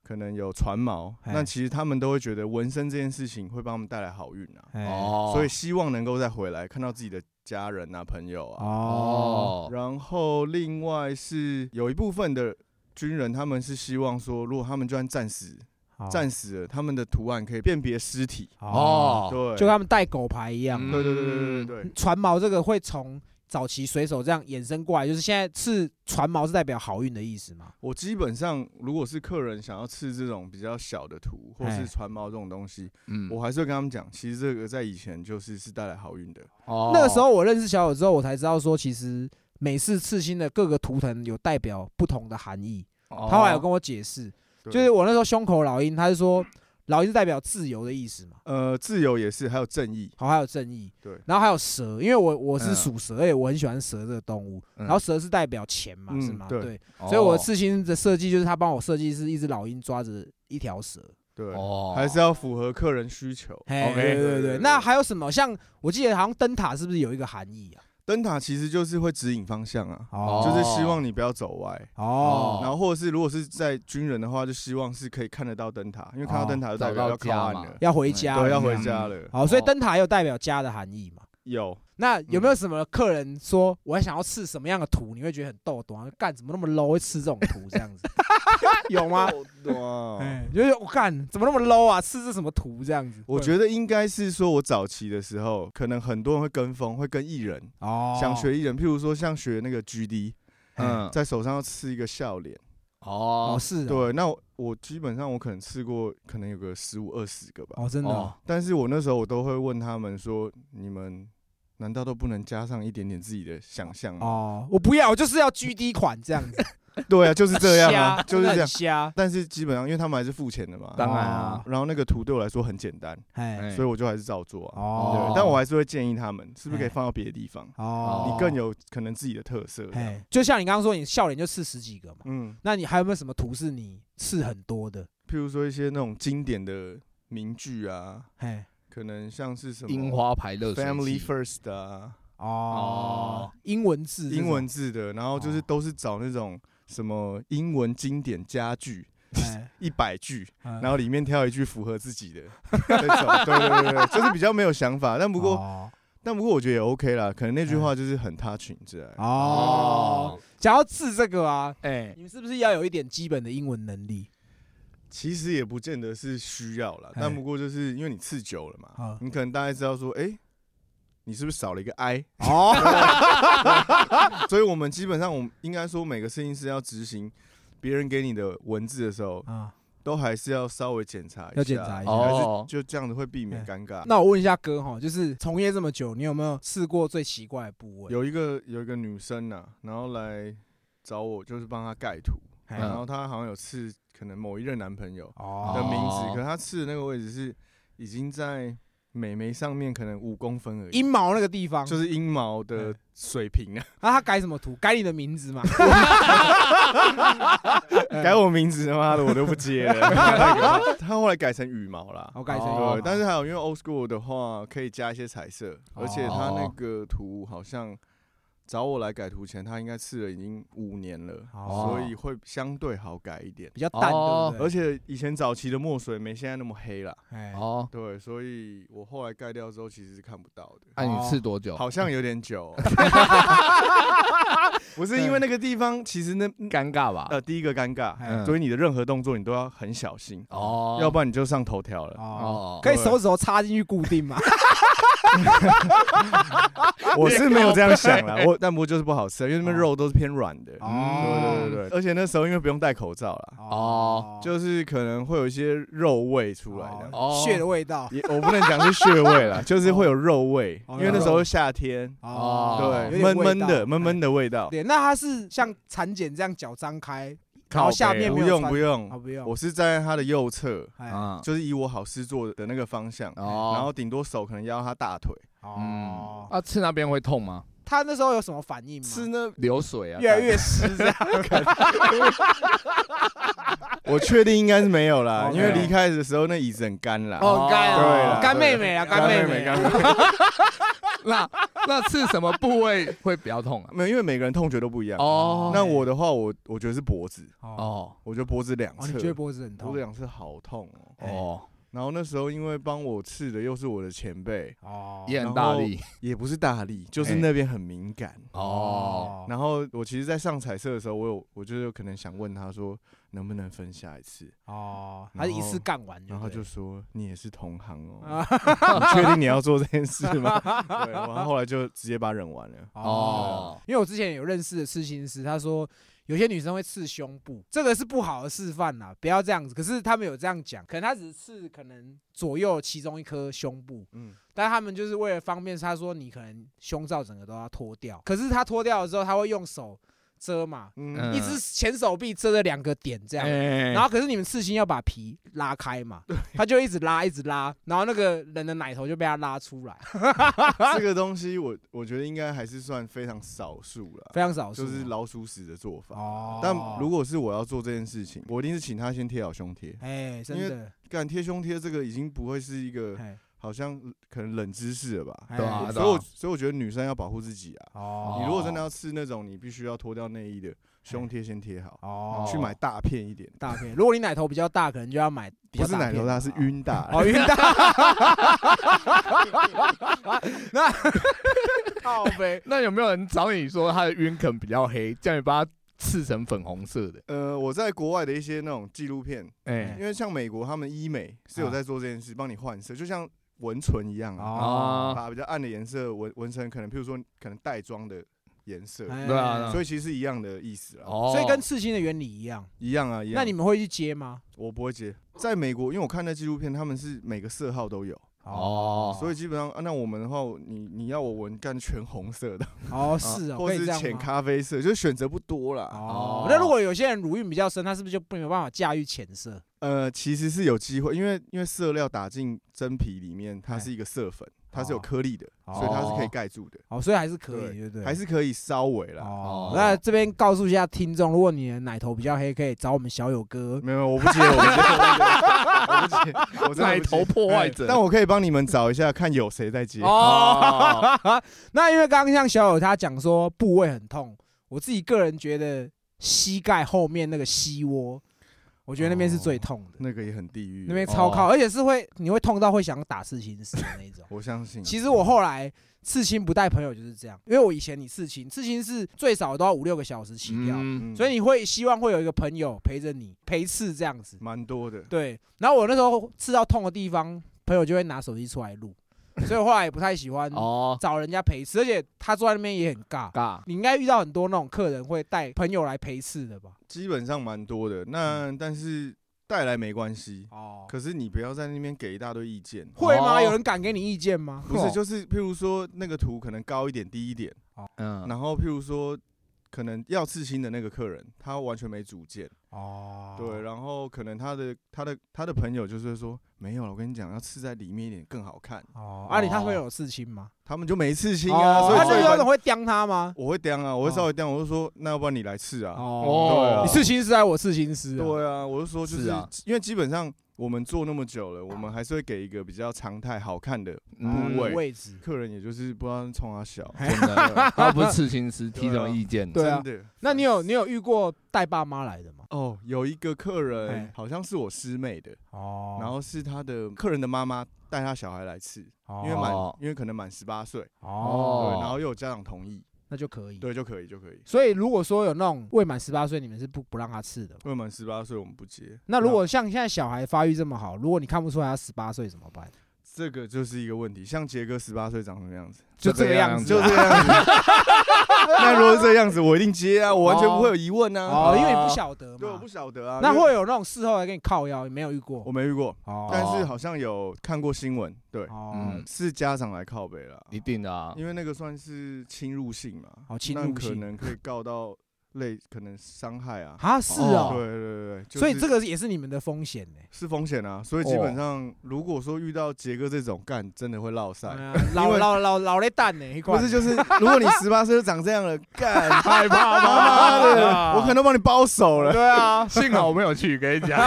S2: 可能有船锚，
S1: 嘿
S2: 那其实他们都会觉得纹身这件事情会帮他们带来好运啊。
S1: 哎
S3: 哦，
S2: 所以希望能够再回来看到自己的家人啊、朋友啊。
S1: 哦
S3: 哦，
S2: 然后另外是有一部分的军人，他们是希望说，如果他们就算战死，
S1: 好
S2: 战死了，他们的图案可以辨别尸体。
S1: 哦，
S3: 哦，
S2: 对，
S1: 就跟他们带狗牌一样嘛。
S3: 嗯
S2: 对对对对对对对
S1: 船锚这个会从早期水手这样衍生过来，就是现在刺船锚是代表好运的意思嘛？
S2: 我基本上如果是客人想要刺这种比较小的图，或
S1: 哎
S2: 是船锚这种东西，
S3: 嗯
S2: 我还是会跟他们讲，其实这个在以前就是是带来好运的。
S3: 哦
S1: 那个时候我认识小友之后，我才知道说，其实美式刺青的各个图腾有代表不同的含义。
S3: 哦
S1: 他后来有跟我解释，
S2: 对
S1: 就是我那时候胸口老鹰，他是说老鹰是代表自由的意思嘛，
S2: 呃，自由也是，还有正义。
S1: 好还有正义，
S2: 对
S1: 然后还有蛇，因为我我是
S3: 嗯
S1: 属蛇，而且我很喜欢蛇这个动物，
S3: 嗯
S1: 然后蛇是代表钱嘛，
S2: 嗯
S1: 是吗？
S2: 对
S1: 对，
S3: 哦
S1: 所以我的刺青的设计就是他帮我设计是一只老鹰抓着一条蛇，
S2: 对，
S3: 哦
S2: 还是要符合客人需求。哦
S1: 嘿
S3: OK
S1: 对对
S2: 对
S1: 对，
S2: 对
S1: 那还有什么？像我记得好像灯塔是不是有一个含义啊？
S2: 灯塔其实就是会指引方向啊，
S1: 哦
S2: 就是希望你不要走歪。
S1: 哦
S3: 哦
S2: 然后或者是如果是在军人的话，就希望是可以看得到灯塔，因为看到灯塔就代表要靠岸
S3: 找到家嘛
S2: 了，
S1: 要回家，
S2: 对，
S3: 了
S2: 要
S1: 这
S2: 回
S1: 样
S2: 家了。
S1: 好，所以
S3: 哦
S1: 灯塔有代表家的含义嘛？
S2: 有，
S1: 那有没有什么客人说我还想要吃什么样的图，你会觉得很逗懂啊？干怎么那么 low 会吃这种图这 样子？有 吗？
S2: 哇！
S1: 哎，就是我干怎么那么 low 啊？吃这什么图这样子？
S2: 我觉得应该是说，我早期的时候，可能很多人会跟风，会跟艺人，
S1: 得哦，
S2: 想学艺人，譬如说像学那个 GD，
S3: 嗯
S2: 在手上要刺一个笑脸。
S1: 哦
S3: 哦
S1: 是哦
S2: 对，那我我基本上我可能刺过，可能有个十五二十个吧。
S1: 哦真的哦
S3: 哦
S2: 但是我那时候我都会问他们说：“你们难道都不能加上一点点自己的想象吗
S1: 哦，我不要，我就是要 GD 款这样子，？”
S2: 对啊，就是 这样啊
S1: 瞎，
S2: 就是这样。
S1: 真的很瞎。
S2: 但是基本上，因为他们还是付钱的嘛，
S3: 当然
S1: 哦
S3: 啊，
S2: 然后那个图对我来说很简单，
S1: 哎
S2: 所以我就还是照做啊。
S1: 哦
S2: 对，，但我还是会建议他们，是不是可以
S1: 哎
S2: 放到别的地方，
S1: 哦，
S2: 你更有可能自己的特色这样。
S1: 哎，就像你刚刚说，你笑脸就刺十几个嘛，
S2: 嗯，
S1: 那你还有没有什么图是你刺很多的？
S2: 譬如说一些那种经典的名句啊，
S1: 哎，
S2: 可能像是什么
S3: 樱花牌热水器
S2: “Family First” 啊，
S1: 哦，英文字这种，
S2: 英文字的，然后就是
S1: 哦
S2: 都是找那种什么英文经典佳句
S1: 哎，
S2: 一百句，
S1: 然
S2: 然后里面挑一句符合自己的 这种，对对对对，就是比较没有想法。但不过、
S1: 哦
S2: 但不过我觉得也 OK 啦，可能那句话就是很 touching 之类。
S1: 哦，，讲到字这个啊，
S3: 哎，
S1: 你们是不是要有一点基本的英文能力？
S2: 其实也不见得是需要啦，
S1: 哎
S2: 但不过就是因为你刺久了嘛
S1: 啊，
S2: 你可能大概知道说，哎、你是不是少了一个 I？
S1: 哦，
S2: 所以我们基本上，我们应该说每个摄影师要执行别人给你的文字的时候，
S1: 啊，
S2: 都还是要稍微检查一下，
S1: 要检查一下
S2: 还
S3: 哦
S2: 是就这样子会避免尴尬。
S1: 那我问一下哥哈，就是从业这么久，你有没有试过最奇怪的部位？
S2: 有一个有一个女生呐、然后来找我，就是帮她盖图，
S1: 哎
S2: 然后她好像有刺可能某一任男朋友的
S1: 哦，
S2: 名字，
S3: 哦
S2: 可她刺的那个位置是已经在美眉上面可能五公分而已，
S1: 阴毛那个地方，
S2: 就是阴毛的
S1: 哎
S2: 水平啊，
S1: 那他改什么图？改你的名 字吗？嗯哎
S2: 改我名字他妈的我都不接了，太可 怕她后来改成羽毛啦。
S1: 我改成
S3: 哦
S2: 对，但是还有因为 old school 的话，可以加一些彩色，
S1: 哦
S2: 而且他那个图好像找我来改图前，他应该刺了已经五年了，
S1: 哦
S2: 所以会相对好改一点。
S1: 比较淡，
S3: 哦
S1: 对不
S2: 而
S1: 对？
S2: 且以前早期的墨水没现在那么黑啦，
S1: 哎，
S3: 哦，
S2: 对，所以我后来盖掉之后其实是看不到的，
S3: 那啊你吃多久？
S2: 好像有点久 哦、不是因为那个地方，其实那
S3: 尴尬吧？
S2: 呃第一个尴尬，
S1: 哎
S3: 嗯
S2: 所以你的任何动作你都要很小心，
S3: 哦，
S2: 要不然你就上头条了。
S1: 哦，
S3: 哦，
S1: 可以手指头插进去固定嘛？
S2: 我是没有这样想啦，我但不过就是不好吃，因为那边肉都是偏软的。
S1: 哦
S2: 对对对对，而且那时候因为不用戴口罩啦，
S3: 哦
S2: 就是可能会有一些肉味出来的。
S3: 哦
S1: 血的味道
S2: 也我不能讲是血味 啦，就是会有肉味，
S1: 哦
S2: 因为那时候是夏天，
S3: 哦
S2: 对，闷闷的闷闷
S1: 的。
S2: 的味道。
S1: 哎对，那它是像产检这样脚张开，然
S2: 靠
S1: 后
S2: 北
S1: 下面
S2: 不
S1: 没有
S2: 用
S1: 穿
S2: 不
S1: 啊
S2: 用，
S1: 不用，
S2: 我是站在他的右侧，
S1: 哎
S3: 啊，
S2: 就是以我好事做的那个方向，
S3: 哦，
S2: 然后
S1: 嗯
S2: 顶多手可能压到他大腿，嗯
S1: 哦，
S3: 啊，吃那边会痛吗？
S1: 他那时候有什么反应吗？
S2: 是那
S3: 流水啊，
S1: 越来越湿 这样，
S2: 我确定应该是没有啦，
S1: 哦
S2: 因为
S1: 没有
S2: 离开的时候那椅子很干啦。
S1: 哦，干
S2: 对啦
S1: 干妹妹啊，
S2: 干
S1: 干妹
S2: 妹妹干
S1: 妹，
S3: 那那吃什么部位会比较痛啊？
S2: 没有，因为每个人痛觉都不一样。
S3: 哦，
S2: 那我的话，我我觉得是脖子，
S1: 哦，
S3: 哦
S2: 我觉得脖子两
S1: 哦你
S2: 侧，
S1: 觉得脖子很
S2: 脖
S1: 痛
S2: 子？两侧好痛哦。
S1: 哎
S3: 哦，
S2: 然后那时候因为帮我刺的又是我的前辈，
S1: 哦，
S3: 也很大力
S2: 也不是大力，就是
S3: 哎
S2: 那边很敏感。
S3: 哦，
S2: 然后我其实，在上彩色的时候，我有我就有可能想问他说能不能分下一次，
S1: 哦，
S2: 然
S1: 他
S2: 后
S1: 是一次干完，
S2: 然后
S1: 对
S2: 就
S1: 了
S2: 说你也是同行哦，
S1: 啊
S2: 你确定你要做这件事吗？对，然后后来就直接把它忍完了。
S1: 哦，因为我之前有认识的刺青师，他说有些女生会刺胸部，这个是不好的示范啦，不要这样子。可是他们有这样讲，可能他只是刺可能左右其中一颗胸部，
S2: 嗯，
S1: 但他们就是为了方便，他说你可能胸罩整个都要脱掉，可是他脱掉了之后，他会用手遮嘛，
S2: 嗯
S1: 一只前手臂遮着两个点这样。
S3: 哎
S1: 然后可是你们刺青要把皮拉开嘛，他就一直拉一直拉，然后那个人的奶头就被他拉出来，
S2: 这个东西我我觉得应该还是算非常少数了，
S1: 非常少数哦
S2: 就
S1: 嘛。
S2: 是老鼠屎的做法。
S1: 哦，
S2: 但如果是我要做这件事情，我一定是请他先贴好胸贴。
S1: 哎、真
S2: 因为
S1: 的，
S2: 干贴胸贴这个已经不会是一个
S1: 哎，
S2: 好像可能冷知识了吧？
S1: 哎
S3: 对啊
S2: 所以我所以我觉得女生要保护自己啊。
S1: 哦
S2: 你如果真的要吃那种你必须要脱掉内衣的，胸贴先贴好，
S1: 哦
S2: 去买大片一点，
S1: 大片，如果你奶头比较大，可能就要买比较
S2: 不是奶头大是
S1: 片的
S2: 晕大。
S1: 哦，晕大。那靠呗，
S3: 那有没有人找你说他的晕可能比较黑，叫你把它刺成粉红色的？
S2: 呃，我在国外的一些那种纪录片，
S3: 哎
S2: 因为像美国他们医美是
S1: 啊
S2: 有在做这件事，帮你换色，就像纹唇一样啊，
S1: 哦，
S2: 把比较暗的颜色纹纹成可能，譬如说可能带妆的颜色，
S1: 哎
S3: 对啊
S2: 所以其实是一样的意思啊，
S3: 哦，
S1: 所以跟刺青的原理一样。
S2: 一样啊，一样。
S1: 那你们会去接吗？
S2: 我不会接，在美国，因为我看那纪录片，他们是每个色号都有，
S3: 哦，
S2: 所以基本上、啊、那我们的话，你你要我纹干全红色的，
S1: 哦，是哦，
S2: 或
S1: 可以
S2: 是
S1: 这样
S2: 浅
S1: 吗
S2: 咖啡色，就是选择不多啦。
S1: 哦
S3: 哦，
S1: 那如果有些人乳晕比较深，他是不是就不没有办法驾驭浅色？
S2: 呃，其实是有机会，因为因为色料打进真皮里面，它是一个色粉，它是有颗粒的，
S1: 哦
S2: 所以它是可以盖住的，
S1: 哦，所以还是可以，对不对？
S2: 还是可以稍微啦。
S1: 哦
S3: 哦。
S1: 那这边告诉一下听众，如果你的奶头比较黑，可以找我们小友哥。
S2: 没有，没有我不接，我不接，我不接，我真的不接
S3: 奶头破坏者
S2: 哎但我可以帮你们找一下，看有谁在接。
S1: 哦 哦，那因为刚刚像小友他讲说部位很痛，我自己个人觉得膝盖后面那个膝窝，我觉得那边是最痛的，
S2: 那个也很地狱，。
S1: 那边超靠，
S3: 嗯哦
S1: 而且是会你会痛到会想打刺青师的那种
S2: 我相
S3: 嗯
S2: 信。
S1: 其实我后来刺青不带朋友就是这样，因为我以前你刺青，刺青是最少都要五六个小时起跳，
S3: 嗯
S2: 嗯
S1: 所以你会希望会有一个朋友陪着你陪刺这样子。
S2: 蛮多的，
S1: 对，然后我那时候刺到痛的地方，朋友就会拿手机出来录，所以我后来也不太喜欢
S3: 哦，
S1: 找人家陪刺，而且他坐在那边也很尬。
S3: 尬，
S1: 你应该遇到很多那种客人会带朋友来陪刺的吧？
S2: 基本上蛮多的。那但是带来没关系，
S1: 嗯哦，
S2: 可是你不要在那边给一大堆意见。
S1: 会吗？
S3: 哦
S1: 有人敢给你意见吗？
S2: 不
S3: 哦
S2: 是，就是譬如说那个图可能高一点、低一点，
S3: 嗯，
S2: 然后譬如说可能要刺青的那个客人，他完全没主见，
S1: 哦，
S2: 对，，然后可能他的他的他的朋友就是会说没有了，我跟你讲，要刺在里面一点更好看，
S1: 哦，啊，你他
S3: 哦
S1: 会有刺青吗？
S2: 他们就没刺青啊，
S1: 哦，
S2: 所以
S1: 他
S3: 啊
S1: 就
S2: 最
S1: 有人
S2: 烦
S1: 会刁他吗？
S2: 我会刁啊，我会
S1: 哦
S2: 稍微刁，我就说那要不然你来刺啊，对
S1: 哦
S2: 啊，
S1: 你刺青师还是我刺青师啊？
S2: 对啊，我就说就是
S3: 是啊
S2: 因为基本上我们做那么久了，
S1: 啊
S2: 我们还是会给一个比较常态好看的
S3: 嗯
S2: 部位，
S1: 哦位置，
S2: 客人也就是不知道冲他小，
S3: 真的，他不是刺青师，提什么意见？
S1: 对啊
S2: 真的
S1: 那你有你有遇过带爸妈来的吗？
S2: 哦，有一个客人
S1: 哎
S2: 好像是我师妹的，
S1: 哦
S2: 然后是他的客人的妈妈带他小孩来吃，因为满
S3: 哦
S2: 因为可能满十八岁，对，
S1: 哦，
S3: 哦
S2: 然后又有家长同意，
S1: 那就可以。
S2: 对就可以就可以。
S1: 所以如果说有那种未满十八岁，你们是不不让他刺的吗。
S2: 未满十八岁我们不接。
S1: 那如果像现在小孩发育这么好，如果你看不出来他十八岁怎么办？
S2: 这个就是一个问题，像杰哥十八岁长什么样子，
S1: 就
S3: 这
S1: 这个
S3: 个
S1: 样
S3: 样
S1: 子，
S3: 啊
S1: 啊
S2: 就这个样子。啊 那如果是这样子，我一定接啊，我完全不会有疑问啊。
S1: 哦，因为你不晓得
S2: 对，我
S1: 嘛
S2: 不。晓得啊。
S1: 那
S2: 因为
S1: 会有那种事后来给你靠腰，你没有遇过
S2: 我。没遇过，
S1: 哦
S2: 但是好像有看过新闻，对，
S1: 哦
S3: 嗯，
S2: 是家长来靠北了，
S3: 一定的啊，
S2: 因为那个算是侵入性嘛，
S1: 哦侵入
S2: 那可
S1: 性
S2: 能可以告到类可能伤害啊。
S1: 啊是
S2: 对
S1: 哦，
S2: 对对对，就是
S1: 所以这个也是你们的风险呢。
S2: 是风险啊，所以基本
S3: 哦
S2: 上如果说遇到杰哥这种干，真的会落
S1: 哎
S2: 赛。
S1: 呀 老
S2: 为
S1: 老老老嘞蛋呢，一块
S2: 不是，就是 如果你十八岁就长这样了，干害怕 妈妈
S1: 啊
S2: 的，我可能都帮你包手了。
S3: 对啊，幸好我没有去，跟你讲，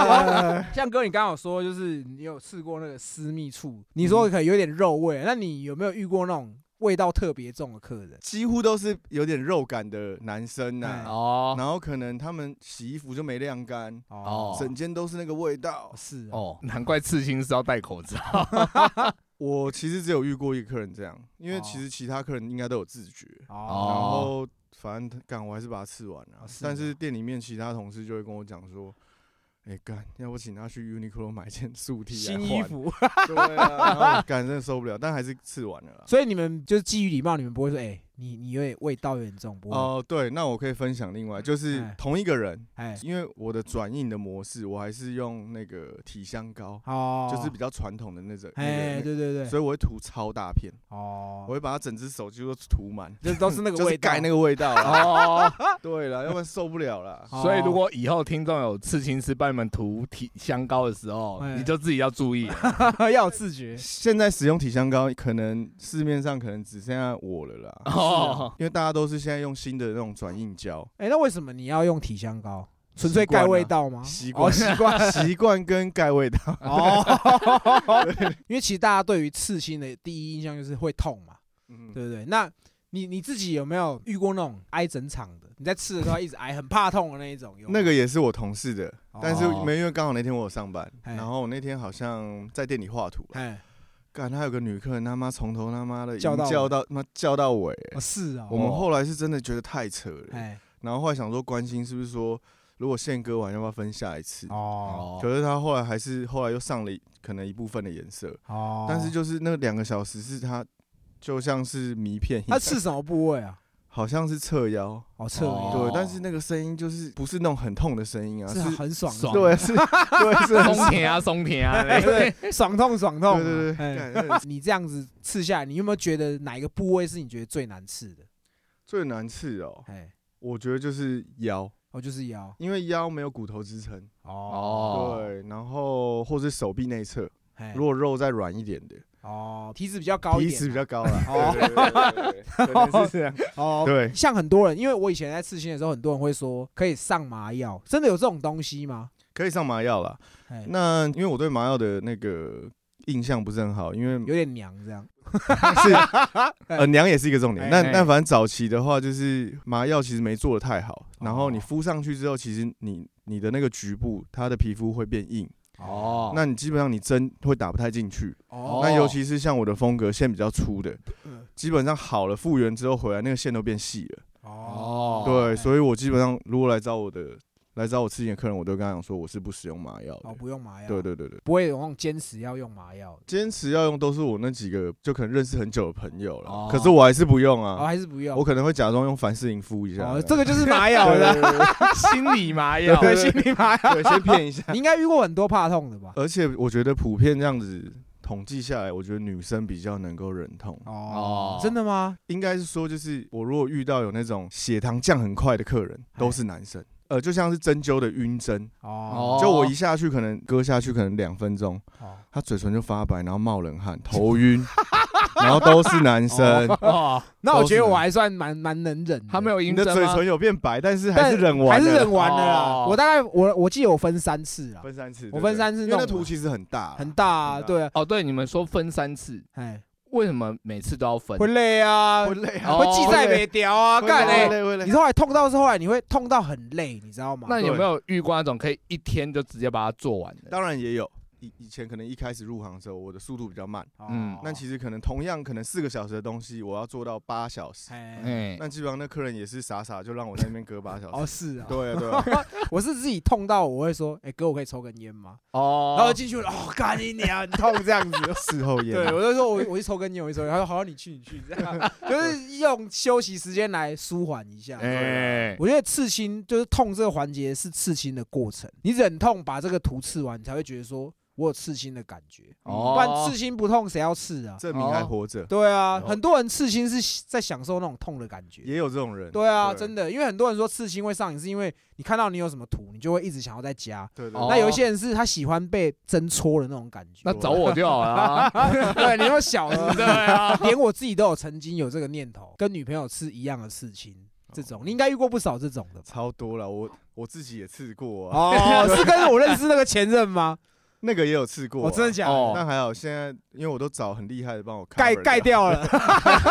S1: 像哥，你刚刚有说，就是你有试过那个私密处，你说可能有点肉味，那你有没有遇过那种味道特别重的客人？
S2: 几乎都是有点肉感的男生
S1: 哎
S2: 呐、
S3: 哦
S2: 然后可能他们洗衣服就没晾干，
S3: 哦
S2: 整间都是那个味道。
S1: 是哦，
S3: 哦，难怪刺青师要戴口罩，
S2: 我其实只有遇过一个客人这样，因为
S1: 哦
S2: 其实其他客人应该都有自觉，
S1: 哦，
S2: 然
S3: 哦
S2: 后反正他干我还是把它吃完了、
S1: 啊是
S2: 但是
S1: 吗
S2: 店里面其他同事就会跟我讲说，哎、干，要不请他去 Uniqlo 买件素 T 来
S1: 新衣
S2: 啊换，
S1: 服，
S2: 对啊，然后我干真的受不了，但还是吃完 了啦。
S1: 所以你们就是基于礼貌，你们不会说，哎，你你有点味道有点重，不会，
S2: 哦、对，那我可以分享另外就是
S1: 哎
S2: 同一个人，
S1: 哎，
S2: 因为我的转印的模式，我还是用那个体香膏，
S1: 哦，
S2: 就是比，较传统的那种，那
S1: 哎，
S2: 个
S1: 对对
S2: 那
S1: 对，
S2: 所以我会涂超大片，
S1: 哦，
S2: 我会把它整只手几乎都涂满，
S1: 这都是那个
S2: 就是
S1: 味道，啊
S2: 盖那个味道啦。
S3: 哦，
S2: 对了，要不然受不了啦。
S1: 哦
S3: 所以如果以后听众有刺青师帮你们涂体香膏的时候，
S1: 哎
S3: 你就自己要注意了，
S1: 个 要有自 觉，
S2: 现在使用体香膏，可能市面上可能只剩下我了啦，
S1: 啊
S3: 哦，
S2: 因为大家都是现在用新的那种转印胶，
S1: 哎，那为什么你要用体香膏？纯粹
S2: 习惯
S1: 盖
S2: 啊
S1: 味道吗？
S2: 习
S1: 哦
S2: 惯
S1: 习惯，
S2: 习惯跟盖味道。
S1: 哦， 因为其实大家对于刺青的第一印象就是会痛嘛，
S2: 嗯，
S1: 对不对？那你你自己有没有遇过那种挨整场的？你在刺的时候一直挨，很怕痛的那一种？有吗
S2: 那个也是我同事的，但是
S3: 哦
S2: 没因为刚好那天我有上班，
S1: 嘿
S2: 然后我那天好像在店里画图啦，
S1: 哎，
S2: 干他有个女客人他妈从头他妈的
S1: 叫到尾
S2: 叫到妈叫到尾，欸
S1: 哦是啊，
S2: 我们后来是真的觉得太扯了，
S1: 哎
S2: 然后后来想说关心是不是说如果宪哥完要不要分下一次，
S1: 哦
S3: 哦，
S2: 可是他后来还是后来又上了一可能一部分的颜色，
S1: 哦，
S2: 但是就是那两个小时是他就像是迷片一
S1: 他
S2: 样，
S1: 刺什么部位啊？
S2: 好像是侧腰，
S1: 哦，侧面，
S3: 哦
S2: 对，但是那个声音就是不是那种很痛的声音啊，
S1: 是
S2: 是，
S1: 很爽的，
S3: 爽
S2: 对，是，对，是很，
S3: 松田啊，松田啊，
S1: 对对对，爽痛爽痛啊，
S2: 对对对
S1: 哎
S2: 干那个，
S1: 你这样子刺下来，你有没有觉得哪一个部位是你觉得最难刺的？
S2: 最难刺哦，
S1: 哎，
S2: 我觉得就是腰，
S1: 哦，就是腰，
S2: 因为腰没有骨头支撑，
S3: 哦，
S2: 对，然后或是手臂内侧，
S1: 哎
S2: 如，果肉再软一点的，
S1: 哦，体脂比较高一
S2: 体
S1: 点啊，
S2: 脂比较高啦，
S1: 哦
S2: 对对对对对可能是这样，
S1: 哦，
S2: 对，
S1: 像很多人，因为我以前在刺青的时候，很多人会说可以上麻药，真的有这种东西吗？
S2: 可以上麻药啦。
S1: 哎
S2: 那因为我对麻药的那个印象不是很好，因为
S1: 有点娘这样。
S2: 是呃娘也是一个重点。那
S1: 哎
S2: 那反正早期的话，就是麻药其实没做的太好，然后你
S3: 哦
S2: 敷上去之后，其实你你的那个局部它的皮肤会变硬，
S3: 哦
S2: 那你基本上你针会打不太进去。
S1: 哦
S2: 那尤其是像我的风格线比较粗的
S1: 嗯，
S2: 基本上好了复原之后回来，那个线都变细了。
S1: 哦
S2: 对，所以我基本上如果来找我的来找我刺青的客人，我都跟他讲说我是不使用麻药
S1: 哦
S2: 的。
S1: 不用麻药，
S2: 对，对对对，
S1: 不会有那种坚持要用麻药的，
S2: 坚持要用都是我那几个就可能认识很久的朋友
S3: 哦
S2: 了，可是我还是不用
S1: 哦
S2: 啊，
S1: 还是不用
S2: 我。可能会假装用凡士林敷一下
S1: 哦，。这个就是 麻药了，
S3: 心理麻药，
S1: 对，心理麻药。
S2: 对，先骗一下。
S1: 你应该遇过很多怕痛的吧？
S2: 而且我觉得普遍这样子统计下来，我觉得女生比较能够忍痛。
S1: 哦
S3: 哦，
S1: 真的吗？
S2: 应该是说，就是我如果遇到有那种血糖降很快的客人，
S1: 哎
S2: 都是男生。呃，就像是针灸的晕针，
S1: 哦
S2: 就我一下去可能割下去可能两分钟，
S1: 哦，
S2: 他嘴唇就发白，然后冒冷汗、头 晕，然后都是男生。
S3: 哦，
S1: 那我觉得
S2: 都是
S1: 我还算蛮蛮能忍的。
S3: 他没有
S2: 你
S3: 赢
S2: 的嘴唇有变白，但是还是忍完
S1: 还
S2: 了，
S1: 是忍完了啦。
S3: 哦
S1: 我大概我我记得我分三次啦，
S2: 分三次。
S1: 我
S2: 对
S1: 分
S2: 对
S1: 三次
S2: 因为那
S1: 弄
S2: 图
S1: 完
S2: 其实很大啦，
S1: 很大啊，
S2: 很大
S1: 对啊，
S3: 哦，对，你们说分三次，
S1: 哎，
S3: 为什么每次都要分？
S1: 会累啊，
S2: 会累哦啊，
S3: 哦
S1: 会记在尾条啊，
S2: 会
S1: 干嘞！
S2: 累会累会累
S1: 你后来痛到是后啊来你会痛到很累，你知道吗？
S3: 那你有没有遇过那种可以一天就直接把它做完的？
S2: 当然也有。以以前可能一开始入行的时候，我的速度比较慢，
S1: 哦
S3: 嗯
S2: 那其实可能同样可能四个小时的东西，我要做到八小时。
S1: 哎，
S3: 哎，
S2: 那基本上那客人也是傻傻就让我在那边隔八小
S1: 哦
S2: 时。
S1: 是啊，
S2: 对啊对啊，
S1: 我是自己痛到我会说，哎哥，我可以抽根烟吗？
S3: 哦，
S1: 然后进去了，哦，干你娘， 你 痛这样子。
S2: 事 后也
S1: 对，我就说我我去抽根烟，我去抽根烟。他说好，你去你去，这样就是用休息时间来舒缓一下。
S3: 哎，
S1: 我觉得刺青就是痛这个环节是刺青的过程，你忍痛把这个图刺完，你才会觉得说我有刺青的感觉，
S3: 哦
S1: 不然刺青不痛谁要刺啊？
S2: 证明还活着，
S1: 对啊，
S3: 哦
S1: 很多人刺青是在享受那种痛的感觉。
S2: 也有这种人。
S1: 对啊，
S2: 的。
S1: 真的，因为很多人说刺青会上瘾，是因为你看到你有什么图，你就会一直想要再加。
S2: 对对
S3: 哦
S1: 那有一些人是他喜欢被针戳的那种感觉，
S3: 那找我就好了啊。
S1: 对，你说小的，
S3: 对啊，
S1: 连我自己都有曾经有这个念头，跟女朋友吃一样的刺青，
S3: 哦
S1: 这种你应该遇过不少这种的吧？
S2: 超多了，我我自己也刺过啊，
S1: 哦，是跟我认识那个前任 吗？
S2: 那个也有刺过啊，
S1: 我真的假的？
S3: 哦
S2: 但还好现在因为我都找很厉害的帮我 cover
S1: 盖
S2: 掉
S1: 盖，掉 了，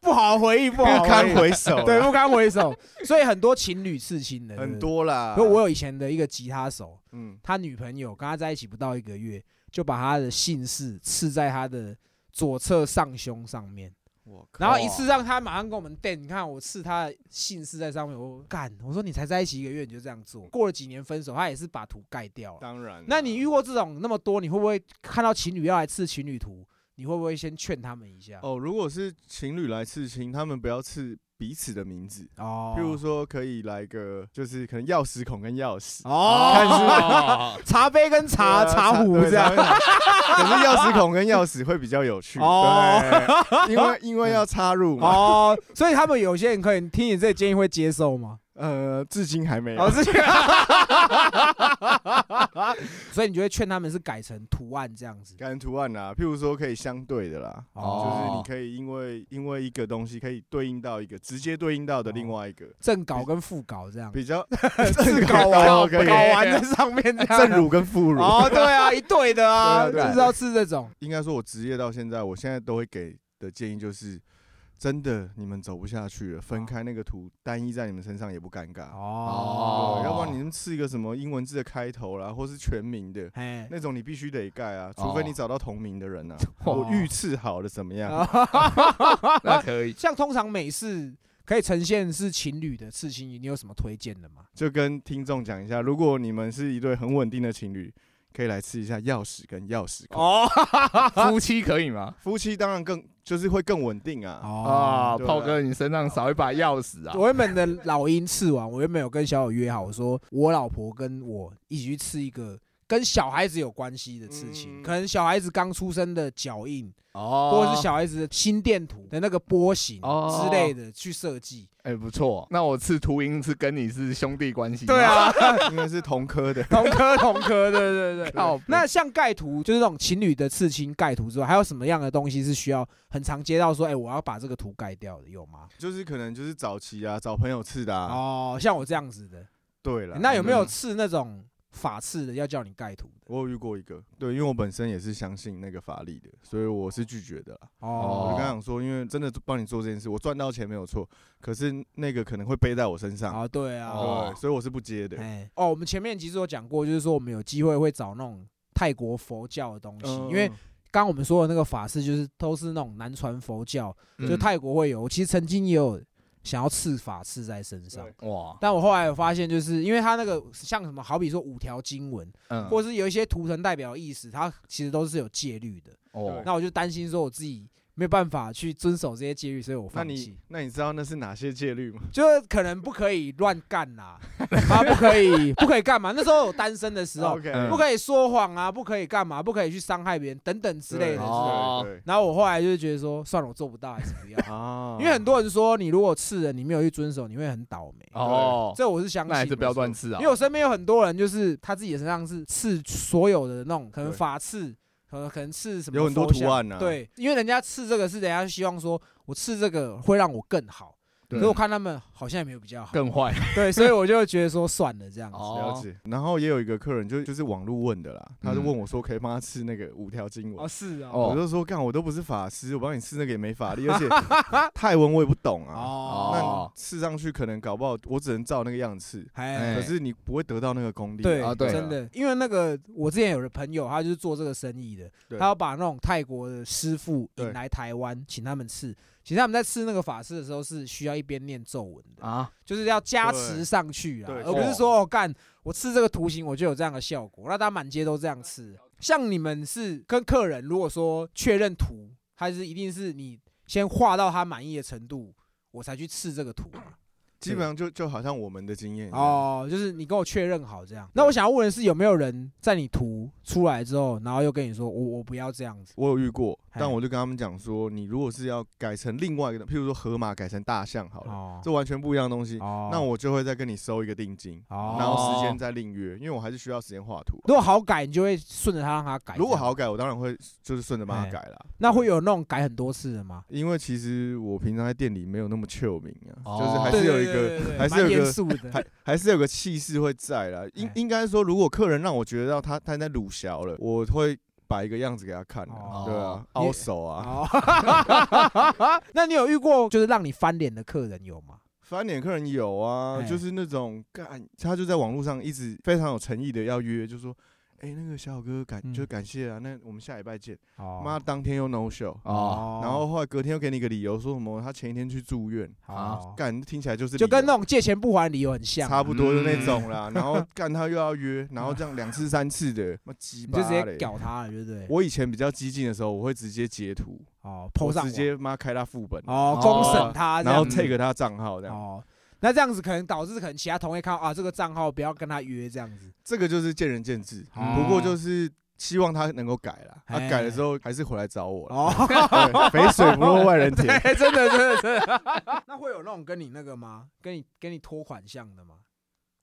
S1: 不好回忆，不好
S2: 不堪
S1: 回
S2: 回首
S1: 忆，
S2: 啊，
S1: 对，不堪回首。所以很多情侣刺青的
S2: 很。多啊啦。
S1: 因为我有以前的一个吉他手，
S2: 嗯，
S1: 他女朋友跟他在一起不到一个月，就把他的姓氏刺在他的左侧上胸上面。
S2: 我靠
S1: 然后一次让他马上跟我们电，你看我刺他的姓氏在上面，我干，我说你才在一起一个月你就这样做，过了几年分手，他也是把图盖掉了。
S2: 当然啦，
S1: 那你遇过这种那么多，你会不会看到情侣要来刺情侣图，你会不会先劝他们一下？
S2: 哦，如果是情侣来刺青，他们不要刺彼此的名字，
S1: 哦
S2: 譬如说可以来个就是可能钥匙孔跟钥匙，
S1: 哦，
S3: 哦，
S1: 茶杯跟茶
S2: 对啊
S1: 茶壶
S2: 对
S1: 这样，
S2: 茶壶可是钥匙孔跟钥匙会比较有趣，
S1: 哦
S2: 对，因 为因为要插入嘛，
S1: 哦，所以他们有些人可以听你这个建议会接受吗？
S2: 呃，至今还没有
S1: 哦，，是这个，所以你就会劝他们是改成图案这样子。
S2: 感人图案啦，譬如说可以相对的啦，
S1: 哦
S2: 就是你可以因为因为一个东西可以对应到一个直接对应到的
S1: 哦
S2: 另外一个
S1: 正稿跟副稿这样，
S2: 比较
S1: 自搞
S2: 高
S1: 完，
S2: 可以
S1: 搞完在上面这样。
S2: 正乳跟副乳。
S1: 啊哦，对啊，一对的啊，
S2: 对啊对
S1: 就
S2: 啊
S1: 是要吃这种。
S2: 应该说，我职业到现在，我现在都会给的建议就是，真的你们走不下去了，分开那个图单一在你们身上也不尴尬。
S1: 哦
S3: 哦
S2: 对要不然你们吃一个什么英文字的开头啦，或是全名的
S1: 哎，
S2: 那种，你必须得盖啊，除非你找到同名的人啊。
S1: 哦
S2: 我预测好了怎么样？
S3: 那可以。
S1: 像通常美式可以呈现是情侣的刺青，你有什么推荐的吗？
S2: 就跟听众讲一下，如果你们是一对很稳定的情侣，可以来吃一下钥匙跟钥匙孔。
S1: 哦
S3: 夫妻可以吗？
S2: 夫妻当然更就是会更稳定啊。
S1: 哦，
S3: 啊，炮哥，你身上少一把钥匙啊！
S1: 我原本的老鹰刺完，我原本有跟小友约好，我说我老婆跟我一起去刺一个跟小孩子有关系的刺青，
S2: 嗯
S1: 可能小孩子刚出生的脚印，
S3: 哦
S1: 或者是，小孩子的心电图的那个波形
S3: 哦
S1: 之类的去设计。
S3: 哎，不错。那我刺秃鹰是跟你是兄弟关系？
S1: 对，啊，，
S2: 因为是同科的
S1: 同科 同科，对对对。
S3: 靠，
S1: 那像盖图，就是那种情侣的刺青盖图之外，还有什么样的东西是需要很常接到说，哎、我要把这个图盖掉的，有吗？
S2: 就是可能就是早期啊，找朋友吃的啊。
S1: 哦，像我这样子的，
S2: 对了，啊
S1: 那有没有
S2: 嗯
S1: 刺那种法刺的要叫你盖图的。
S2: 我有遇过一个，对，因为我本身也是相信那个法力的，所以我是拒绝的啦。我就
S1: 哦
S2: 跟他讲说，因为真的帮你做这件事，我赚到钱没有错，可是那个可能会背在我身上，
S1: 啊，对啊，
S3: 哦
S2: 对，所以我是不接的。
S1: 哎，哦，我们前面其实有讲过，就是说我们有机会会找那种泰国佛教的东西，
S2: 嗯
S1: 因为刚刚我们说的那个法师就是都是那种南传佛教，
S3: 嗯
S1: 就泰国会有。我其实曾经也有想要刺法刺在身上
S2: 对，
S3: 哇，
S1: 但我后来有发现，就是因为他那个像什么，好比说五条经文，
S3: 嗯
S1: 或是有一些图腾代表意思，它其实都是有戒律的。
S3: 哦
S1: 那我就担心说我自己。没有办法去遵守这些戒律，所以我
S2: 那
S1: 放弃
S2: 你。那你知道那是哪些戒律吗？
S1: 就是可能不可以乱干啦，啊，不可 以，不可以干嘛？那时候我单身的时候，
S2: 哦 OK，
S3: 嗯
S1: 不可以说谎啊，不可以干嘛，不可以去伤害别人等等之类
S2: 对
S1: 的。
S3: 哦
S2: 对对，
S1: 然后我后来就是觉得说，算了，我做不到还是不要
S2: 啊
S1: 因为很多人说你如果刺人，你没有去遵守，你会很倒霉。
S3: 哦，
S1: 这我是相信
S3: 那
S1: 的，
S3: 还是不要乱吃啊，
S1: 因为我身边有很多人，就是他自己的身上是刺所有的那种，可能
S2: 对
S1: 法刺，可能可能刺什么，
S2: 有很多图案啊
S1: 对，因为人家刺这个是人家希望说我刺这个会让我更好，可
S3: 对
S1: 是我看他们好像也没有比较好，
S3: 更坏
S1: 对，所以我就觉得说算了这样子。
S3: 哦
S2: 了解。然后也有一个客人就就是网络问的啦，他就
S1: 嗯
S2: 问我说可以帮他吃那个五条经文
S1: 哦，。是啊，
S3: 哦
S2: 我就说干，我都不是法师，我帮你吃那个也没 法力，而且泰文我也不懂啊。那
S1: 哦
S2: 你，刺上去可能搞不好，我只能照那个样刺，
S1: 哎
S3: 哎
S2: 可是你不会得到那个功力啊。
S1: 对
S3: 啊对啊
S1: 真的，因为那个我之前有的朋友，他就是做这个生意的，
S2: 对
S1: 他要把那种泰国的师傅
S2: 对
S1: 引来台湾，请他们刺。其实他们在刺那个法师的时候，是需要一边念咒文的，
S3: 啊，
S1: 就是要加持上去啊
S2: 对，
S1: 而不是说哦干我刺这个图形我就有这样的效果，那大家满街都这样刺。像你们是跟客人如果说确认图，还是一定是你先画到他满意的程度，我才去刺这个图嘛
S2: 基本上就就好像我们的经验一样，
S1: 哦，就是你跟我确认好这样。那我想要问的是，有没有人在你图出来之后，然后又跟你说我我不要这样子？
S2: 我有遇过，
S1: 嘿
S2: 但我就跟他们讲说，你如果是要改成另外一个，譬如说河马改成大象好了，
S1: 哦
S2: 这完全不一样的东西，
S1: 哦
S2: 那我就会再跟你收一个定金，
S1: 哦，
S2: 然后时间再另约，因为我还是需要时间画图。啊
S1: 如果好改，你就会顺着他让他改。
S2: 如果
S1: 这样哎
S2: 好，改，我当然会就是顺着帮他改啦。
S1: 那会有那种改很多次的吗？
S2: 因为其实我平常在店里没有那么 chill 名啊，
S3: 哦
S2: 就是还是有
S1: 对
S2: 一
S1: 对
S2: 个
S1: 对对
S2: 还是有
S1: 蛮
S2: 一个
S1: 严肃的。
S2: 还还是有个气势会在啦。应
S1: 哎
S2: 应该说，如果客人让我觉得到他他在鲁小了，我会摆一个样子给他看
S1: 哦
S2: 啊，对啊，
S1: 你
S2: 凹手啊，
S1: 哦， 那你有遇过就是让你翻脸的客人有吗？
S2: 翻脸客人有啊，
S1: 哎
S2: 就是那种干，他就在网络上一直非常有诚意的要约，就说，哎、那个小哥感、
S1: 嗯
S2: 就感谢啊，那我们下礼拜见。
S1: 哦
S2: 妈、当天又 no show，、
S3: 哦，
S2: 然后后来隔天又给你一个理由，说什么他前一天去住院，
S1: 好，
S2: 干听起来就是理由
S1: 哦就跟那种借钱不还的理由很像啊，
S2: 差不多的那
S3: 嗯
S2: 种啦。然后干他又要约，然后
S1: 嗯
S2: 这样两次三次的，妈鸡
S1: 你
S2: 巴
S1: 就直接
S2: 嘞
S1: 搞他了，对不对？
S2: 我以前比较激进的时候，我会直接截图，
S1: 哦
S2: 我
S1: ，PO 上
S2: 直
S1: 网
S2: 接妈开他副本，
S1: 哦，公审
S3: 哦
S1: 他这
S2: 然
S1: 样
S2: 后
S1: 子，
S2: take 他账号这样。
S1: 哦，那这样子可能导致可能其他同业看到啊这个账号不要跟他约这样子，
S2: 这个就是见仁见智，
S1: 哦
S2: 不过就是希望他能够改啦。他
S1: 哎
S2: 改了之后还是回来找我了。
S1: 哦，
S2: 对肥水不落外人田。
S1: 对，真的真的 真的。那会有那种跟你那个吗？跟你跟你拖款项的吗？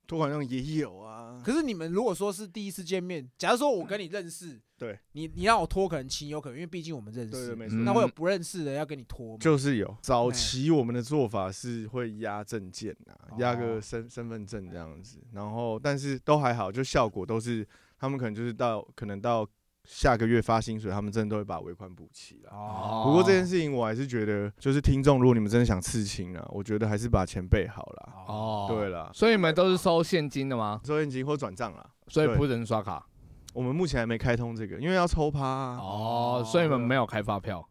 S2: 托管用也有啊，
S1: 可是你们如果说是第一次见面，假如说我跟你认识，
S2: 对
S1: 你你让我拖可能情有可原，因为毕竟我们认
S2: 对
S1: 识
S2: 对，没错
S3: 嗯，
S1: 那会有不认识的要跟你拖吗？
S2: 就是有。早期我们的做法是会压证件啊
S1: 哦，
S2: 压个身身份证这样子，然后但是都还好，就效果都是他们可能就是到可能到下个月发薪水，他们真的都会把尾款补齐啦。
S1: 哦，
S2: 不过这件事情我还是觉得，就是听众，如果你们真的想刺青啊，我觉得还是把钱备好啦。
S1: 哦，
S3: 哦，
S2: 对，啦，
S3: 所以你们都是收现金的吗？
S2: 收现金或转账啦。
S3: 所以
S2: 对
S3: 不能刷卡
S2: 我们目前还没开通这个，因为要抽趴、啊。
S3: 哦，所以你们没有开发 票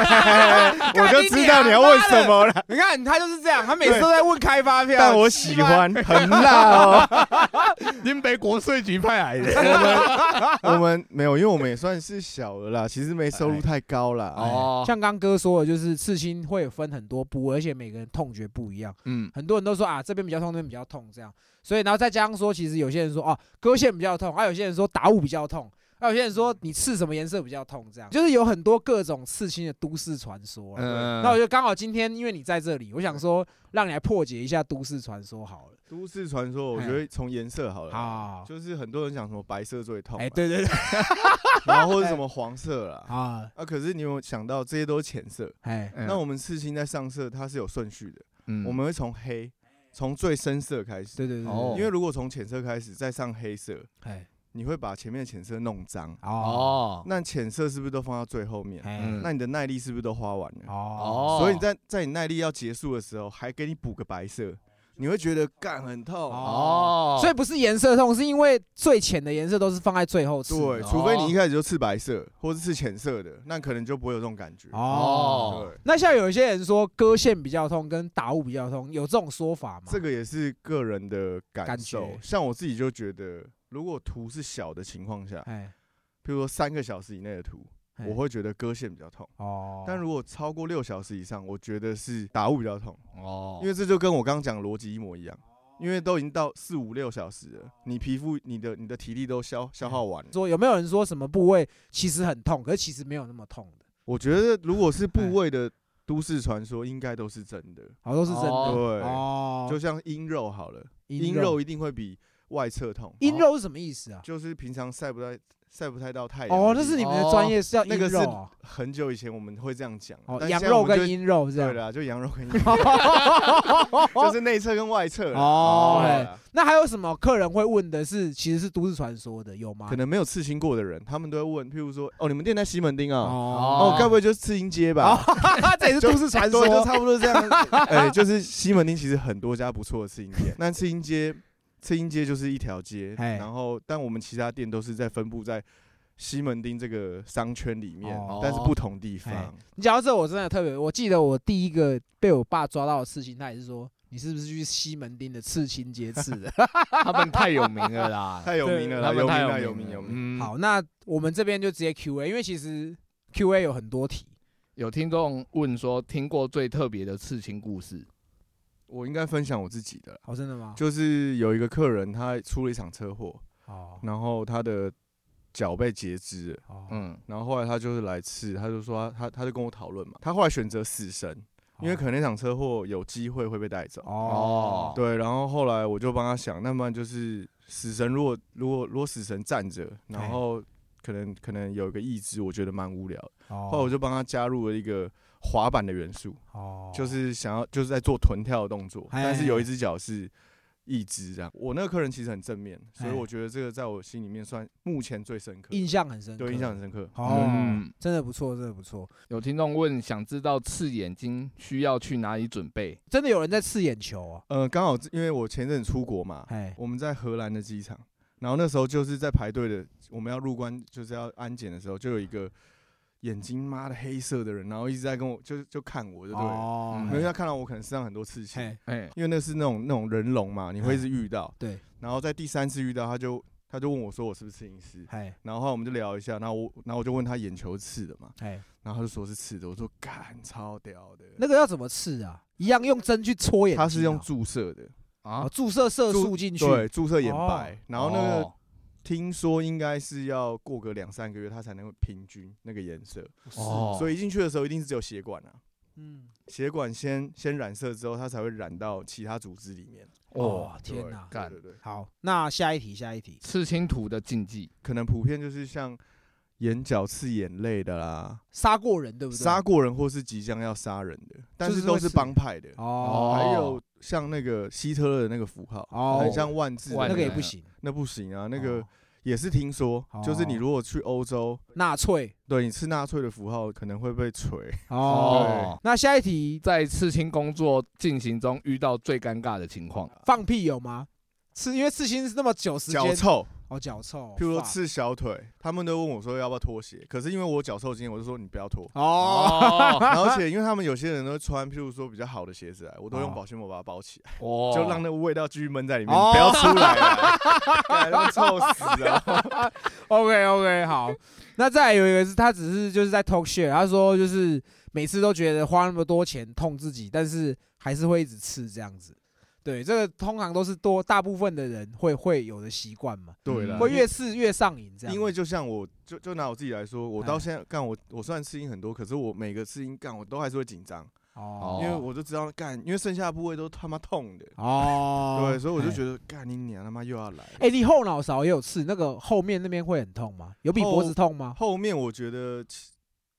S2: 我就知道你要问什么了，
S1: 你看他就是这样，他每次都在问开发票，
S2: 但我喜欢，很辣哦。
S3: 林北国税局派来的
S2: 我们没有，因为我们也算是小了啦，其实没收入太高啦。 哦，
S3: 哦，
S1: 像刚哥说的，就是刺青会有分很多部，而且每个人痛觉不一样。
S3: 嗯，
S1: 很多人都说啊，这边比较痛，那边比较痛，这样。所以，然后再加上说，其实有些人说哦，割线比较痛，还、有些人说打雾比较痛，还、有些人说你刺什么颜色比较痛，这样。就是有很多各种刺青的都市传说啊。
S3: 嗯，
S1: 那我觉得刚好今天因为你在这里，我
S2: 嗯
S1: 想说让你来破解一下都市传说好了。
S2: 都市传说，我觉得从颜色好了，
S1: 好，
S2: 呃就是很多人讲什么白色最痛，
S1: 哎，，对对对，
S2: 然后或者什么黄色啦。
S1: 啊，
S2: 啊，可是你有没有想到这些都是浅色？
S1: 哎，
S3: 嗯
S2: 那我们刺青在上色，它是有顺序的，
S3: 嗯
S2: 我们会从黑从最深色开始，
S1: 对对对对，
S3: 哦
S2: 因为如果从浅色开始再上黑色，
S1: 哎，
S2: 你会把前面的浅色弄脏。
S1: 哦，
S3: 哦，
S2: 那浅色是不是都放到最后面？
S1: 哎
S3: 嗯，
S2: 那你的耐力是不是都花完
S1: 哦，
S2: 了？
S3: 哦，
S2: 所以你在在你耐力要结束的时候，还给你补个白色，你会觉得干很痛。
S3: 哦，
S1: 所以不是颜色痛，是因为最浅的颜色都是哦放在最后吃。
S2: 对，除非你一开始就吃白色，或是吃浅色的，那可能就不会有这种感觉。
S1: 哦，
S2: 对，
S1: 那像有一些人说割线比较痛，跟打雾比较痛，有这种说法吗？
S2: 这个也是个人的感
S1: 感
S2: 受
S1: 觉。
S2: 像我自己就觉得，如果图是小的情况下，
S1: 哎，
S2: 譬如说三个小时以内的图，
S1: 哎
S2: 我会觉得割线比较痛。
S1: 哦，
S2: 但如果超过六小时以上，我觉得是打雾比较痛，
S3: 哦，
S2: 因为这就跟我刚刚讲的逻辑一模一样。因为都已经到四五六小时了，你皮肤、你的、你的体力都消消耗完了。
S1: 说有没有人说什么部位其实很痛，可是其实没有那么痛的，
S2: 我觉得如果是
S1: 哎
S2: 部位的都市传说，应该都是真的。
S1: 好都是真的。
S2: 对，
S1: 哦，
S2: 就像阴肉好了，阴
S1: 阴
S2: 肉，一定会比外侧痛。
S1: 阴肉是什么意思啊？
S2: 就是平常晒不太晒不太到太阳。
S1: 哦，那是你们的专业是叫
S2: 那
S1: 阴
S2: 个是
S1: 肉啊
S2: 很久以前我们会这样讲，
S1: 哦，
S2: 但
S1: 羊
S2: 现在我
S1: 肉
S2: 们就
S1: 跟阴肉是这
S2: 对
S1: 样。
S2: 啦，就羊 肉跟阴，就是内侧跟外侧啦。
S1: 哦
S2: 对
S1: 哎
S2: 啦
S1: 那还有什么客人会问的是，其实是都市传说的有吗？
S2: 可能没有刺青过的人，他们都会问，譬如说，哦，你们店在西门町啊？
S1: 哦
S2: 哦，该不会就是刺青街吧？
S1: 哦，这也 是都市传说
S2: 对，就差不多这样。哎，就是西门町其实很多家不错的刺青店，那刺青街，刺青街就是一条街，
S1: 哎
S2: 然后但我们其他店都是在分布在西门町这个商圈里面
S1: 哦，
S2: 但是不同地
S1: 哎
S2: 方。
S1: 你讲到这，我真的特别，我记得我第一个被我爸抓到的事情，他也是说你是不是去西门町的刺青街刺 的？
S3: 他们太有名了 啦，
S2: 太有名了啦，
S3: 他们
S2: 有名
S3: 太
S2: 了，有
S3: 有
S2: 名
S3: 了
S2: 有名。
S3: 嗯，
S1: 好，那我们这边就直接 Q A，因为其实 Q A 有很多题，
S3: 有听众问说，听过最特别的刺青故事，
S2: 我应该分享我自己的啦，
S1: 哦，真的吗？
S2: 就是有一个客人他出了一场车祸，
S1: 哦
S2: 然后他的脚被截肢了，
S1: 哦，
S3: 嗯，
S2: 然后后来他就是来刺，他就说他他他就跟我讨论嘛，他后来选择死神，因为可能那场车祸有机会会被带走。
S1: 哦，
S2: 对，然后后来我就帮他想，那么就是死神如果如果如果死神站着，
S1: 哎
S2: 然后可能可能有一个意志，我觉得蛮无聊的。后来我
S1: 哦，
S2: 就帮他加入了一个滑板的元素，
S1: 哦
S2: 就是想要就是在做臀跳的动作，
S1: 哎
S2: 但是有一只脚是一只这样。我那个客人其实很正面，所以
S1: 哎
S2: 我觉得这个在我心里面算目前最深刻，
S1: 印象很深刻，
S2: 对，印象很深刻。
S1: 哦
S3: 嗯，
S1: 真的不错，真的不错，
S3: 有听众问，想知道刺眼睛需要去哪里准备？
S1: 真的有人在刺眼球啊，
S2: 呃，刚好因为我前阵子出国嘛，
S1: 哎，
S2: 我们在荷兰的机场，然后那时候就是在排队的，我们要入关就是要安检的时候，就有一个眼睛妈的黑色的人，然后一直在跟我就就看我就对了，
S1: 哦
S3: 嗯
S2: 没有他看到我可能身上很多刺青，
S1: 哎，
S3: 哎，
S2: 因为那是那种那种人龙嘛，你会一直遇到。
S1: 对，
S2: 然后在第三次遇到，他就他就问我说我是不是摄影师，
S1: 哎，
S2: 然后后来我们就聊一下，然后我然后我就问他眼球刺的嘛，
S1: 哎，
S2: 然后他就说是刺的，我说干超屌的，
S1: 那个要怎么刺啊？一样用针去戳眼睛啊，
S2: 他是用注射的，
S3: 啊
S1: 哦，注射色
S2: 注
S1: 素进去，
S2: 对，注射眼
S1: 哦
S2: 白，然后那个
S3: 哦
S2: 听说应该是要过个两三个月，它才能够平均那个颜色，
S3: 哦
S2: 所以一进去的时候一定是只有血管啊，
S1: 嗯，
S2: 血管先先染色之后，它才会染到其他组织里面。
S3: 哦，
S1: 哦，天哪！
S2: 对
S3: 干
S2: 对对，
S1: 好，那下一题，下一题。
S3: 刺青图的禁忌，
S2: 可能普遍就是像眼角刺眼泪的啦，
S1: 杀过人对不对？
S2: 杀过人或是即将要杀人的，但
S1: 就是是
S2: 都
S1: 会
S2: 是
S1: 刺
S2: 帮派的，
S1: 哦
S2: 还有像那个希特勒的那个符号，
S1: 哦
S2: 啊很像万啊字的，
S3: 万
S1: 那个也不
S3: 人
S1: 行，
S2: 那不行啊，那个
S1: 哦
S2: 也是听说，就是你
S1: 哦
S2: 如果去欧洲，
S1: 纳粹
S2: 对你吃纳粹的符号可能会被锤。
S1: 哦
S3: 对。
S1: 那下一题
S3: 在刺青工作进行中遇到最尴尬的情况，
S1: 放屁有吗？刺因为刺青是那么久时
S2: 脚
S1: 间
S2: 臭，
S1: 哦，脚臭，
S2: 譬如说
S1: fuck。
S2: 刺小腿，他们都问我说要不要脱鞋，可是因为我脚臭经验，我就说你不要脱
S1: 哦
S3: 哦，
S2: 然后而且因为他们有些人都会穿，譬如说比较好的鞋子来，我都用
S1: 哦
S2: 保鲜膜把它包起来，
S3: 哦
S2: 就让那个味道继续闷在里面，
S1: 哦
S2: 不要出来 啊，干他们臭死啊了。
S1: OK OK 好。那再来有一个是他只是就是在 talk shit，他说就是每次都觉得花那么多钱痛自己，但是还是会一直刺这样子。对，这个通常都是多大部分的人会会有的习惯嘛，
S2: 对
S3: 嗯
S2: 了，
S1: 会越啊刺越上瘾这样子。
S2: 因为就像我就就拿我自己来说，我到
S1: 哎
S2: 现在干我我虽然刺青很多，可是我每个刺青干我都还是会紧张，
S1: 哦
S2: 因为我就知道干，因为剩下的部位都他妈痛的。
S1: 哦，
S2: 对，所以我就
S1: 哎
S2: 觉得干你娘他妈又要来了。
S1: 哎、你后脑勺也有刺，那个后面那边会很痛吗？有比脖子痛吗？
S2: 后面我觉得其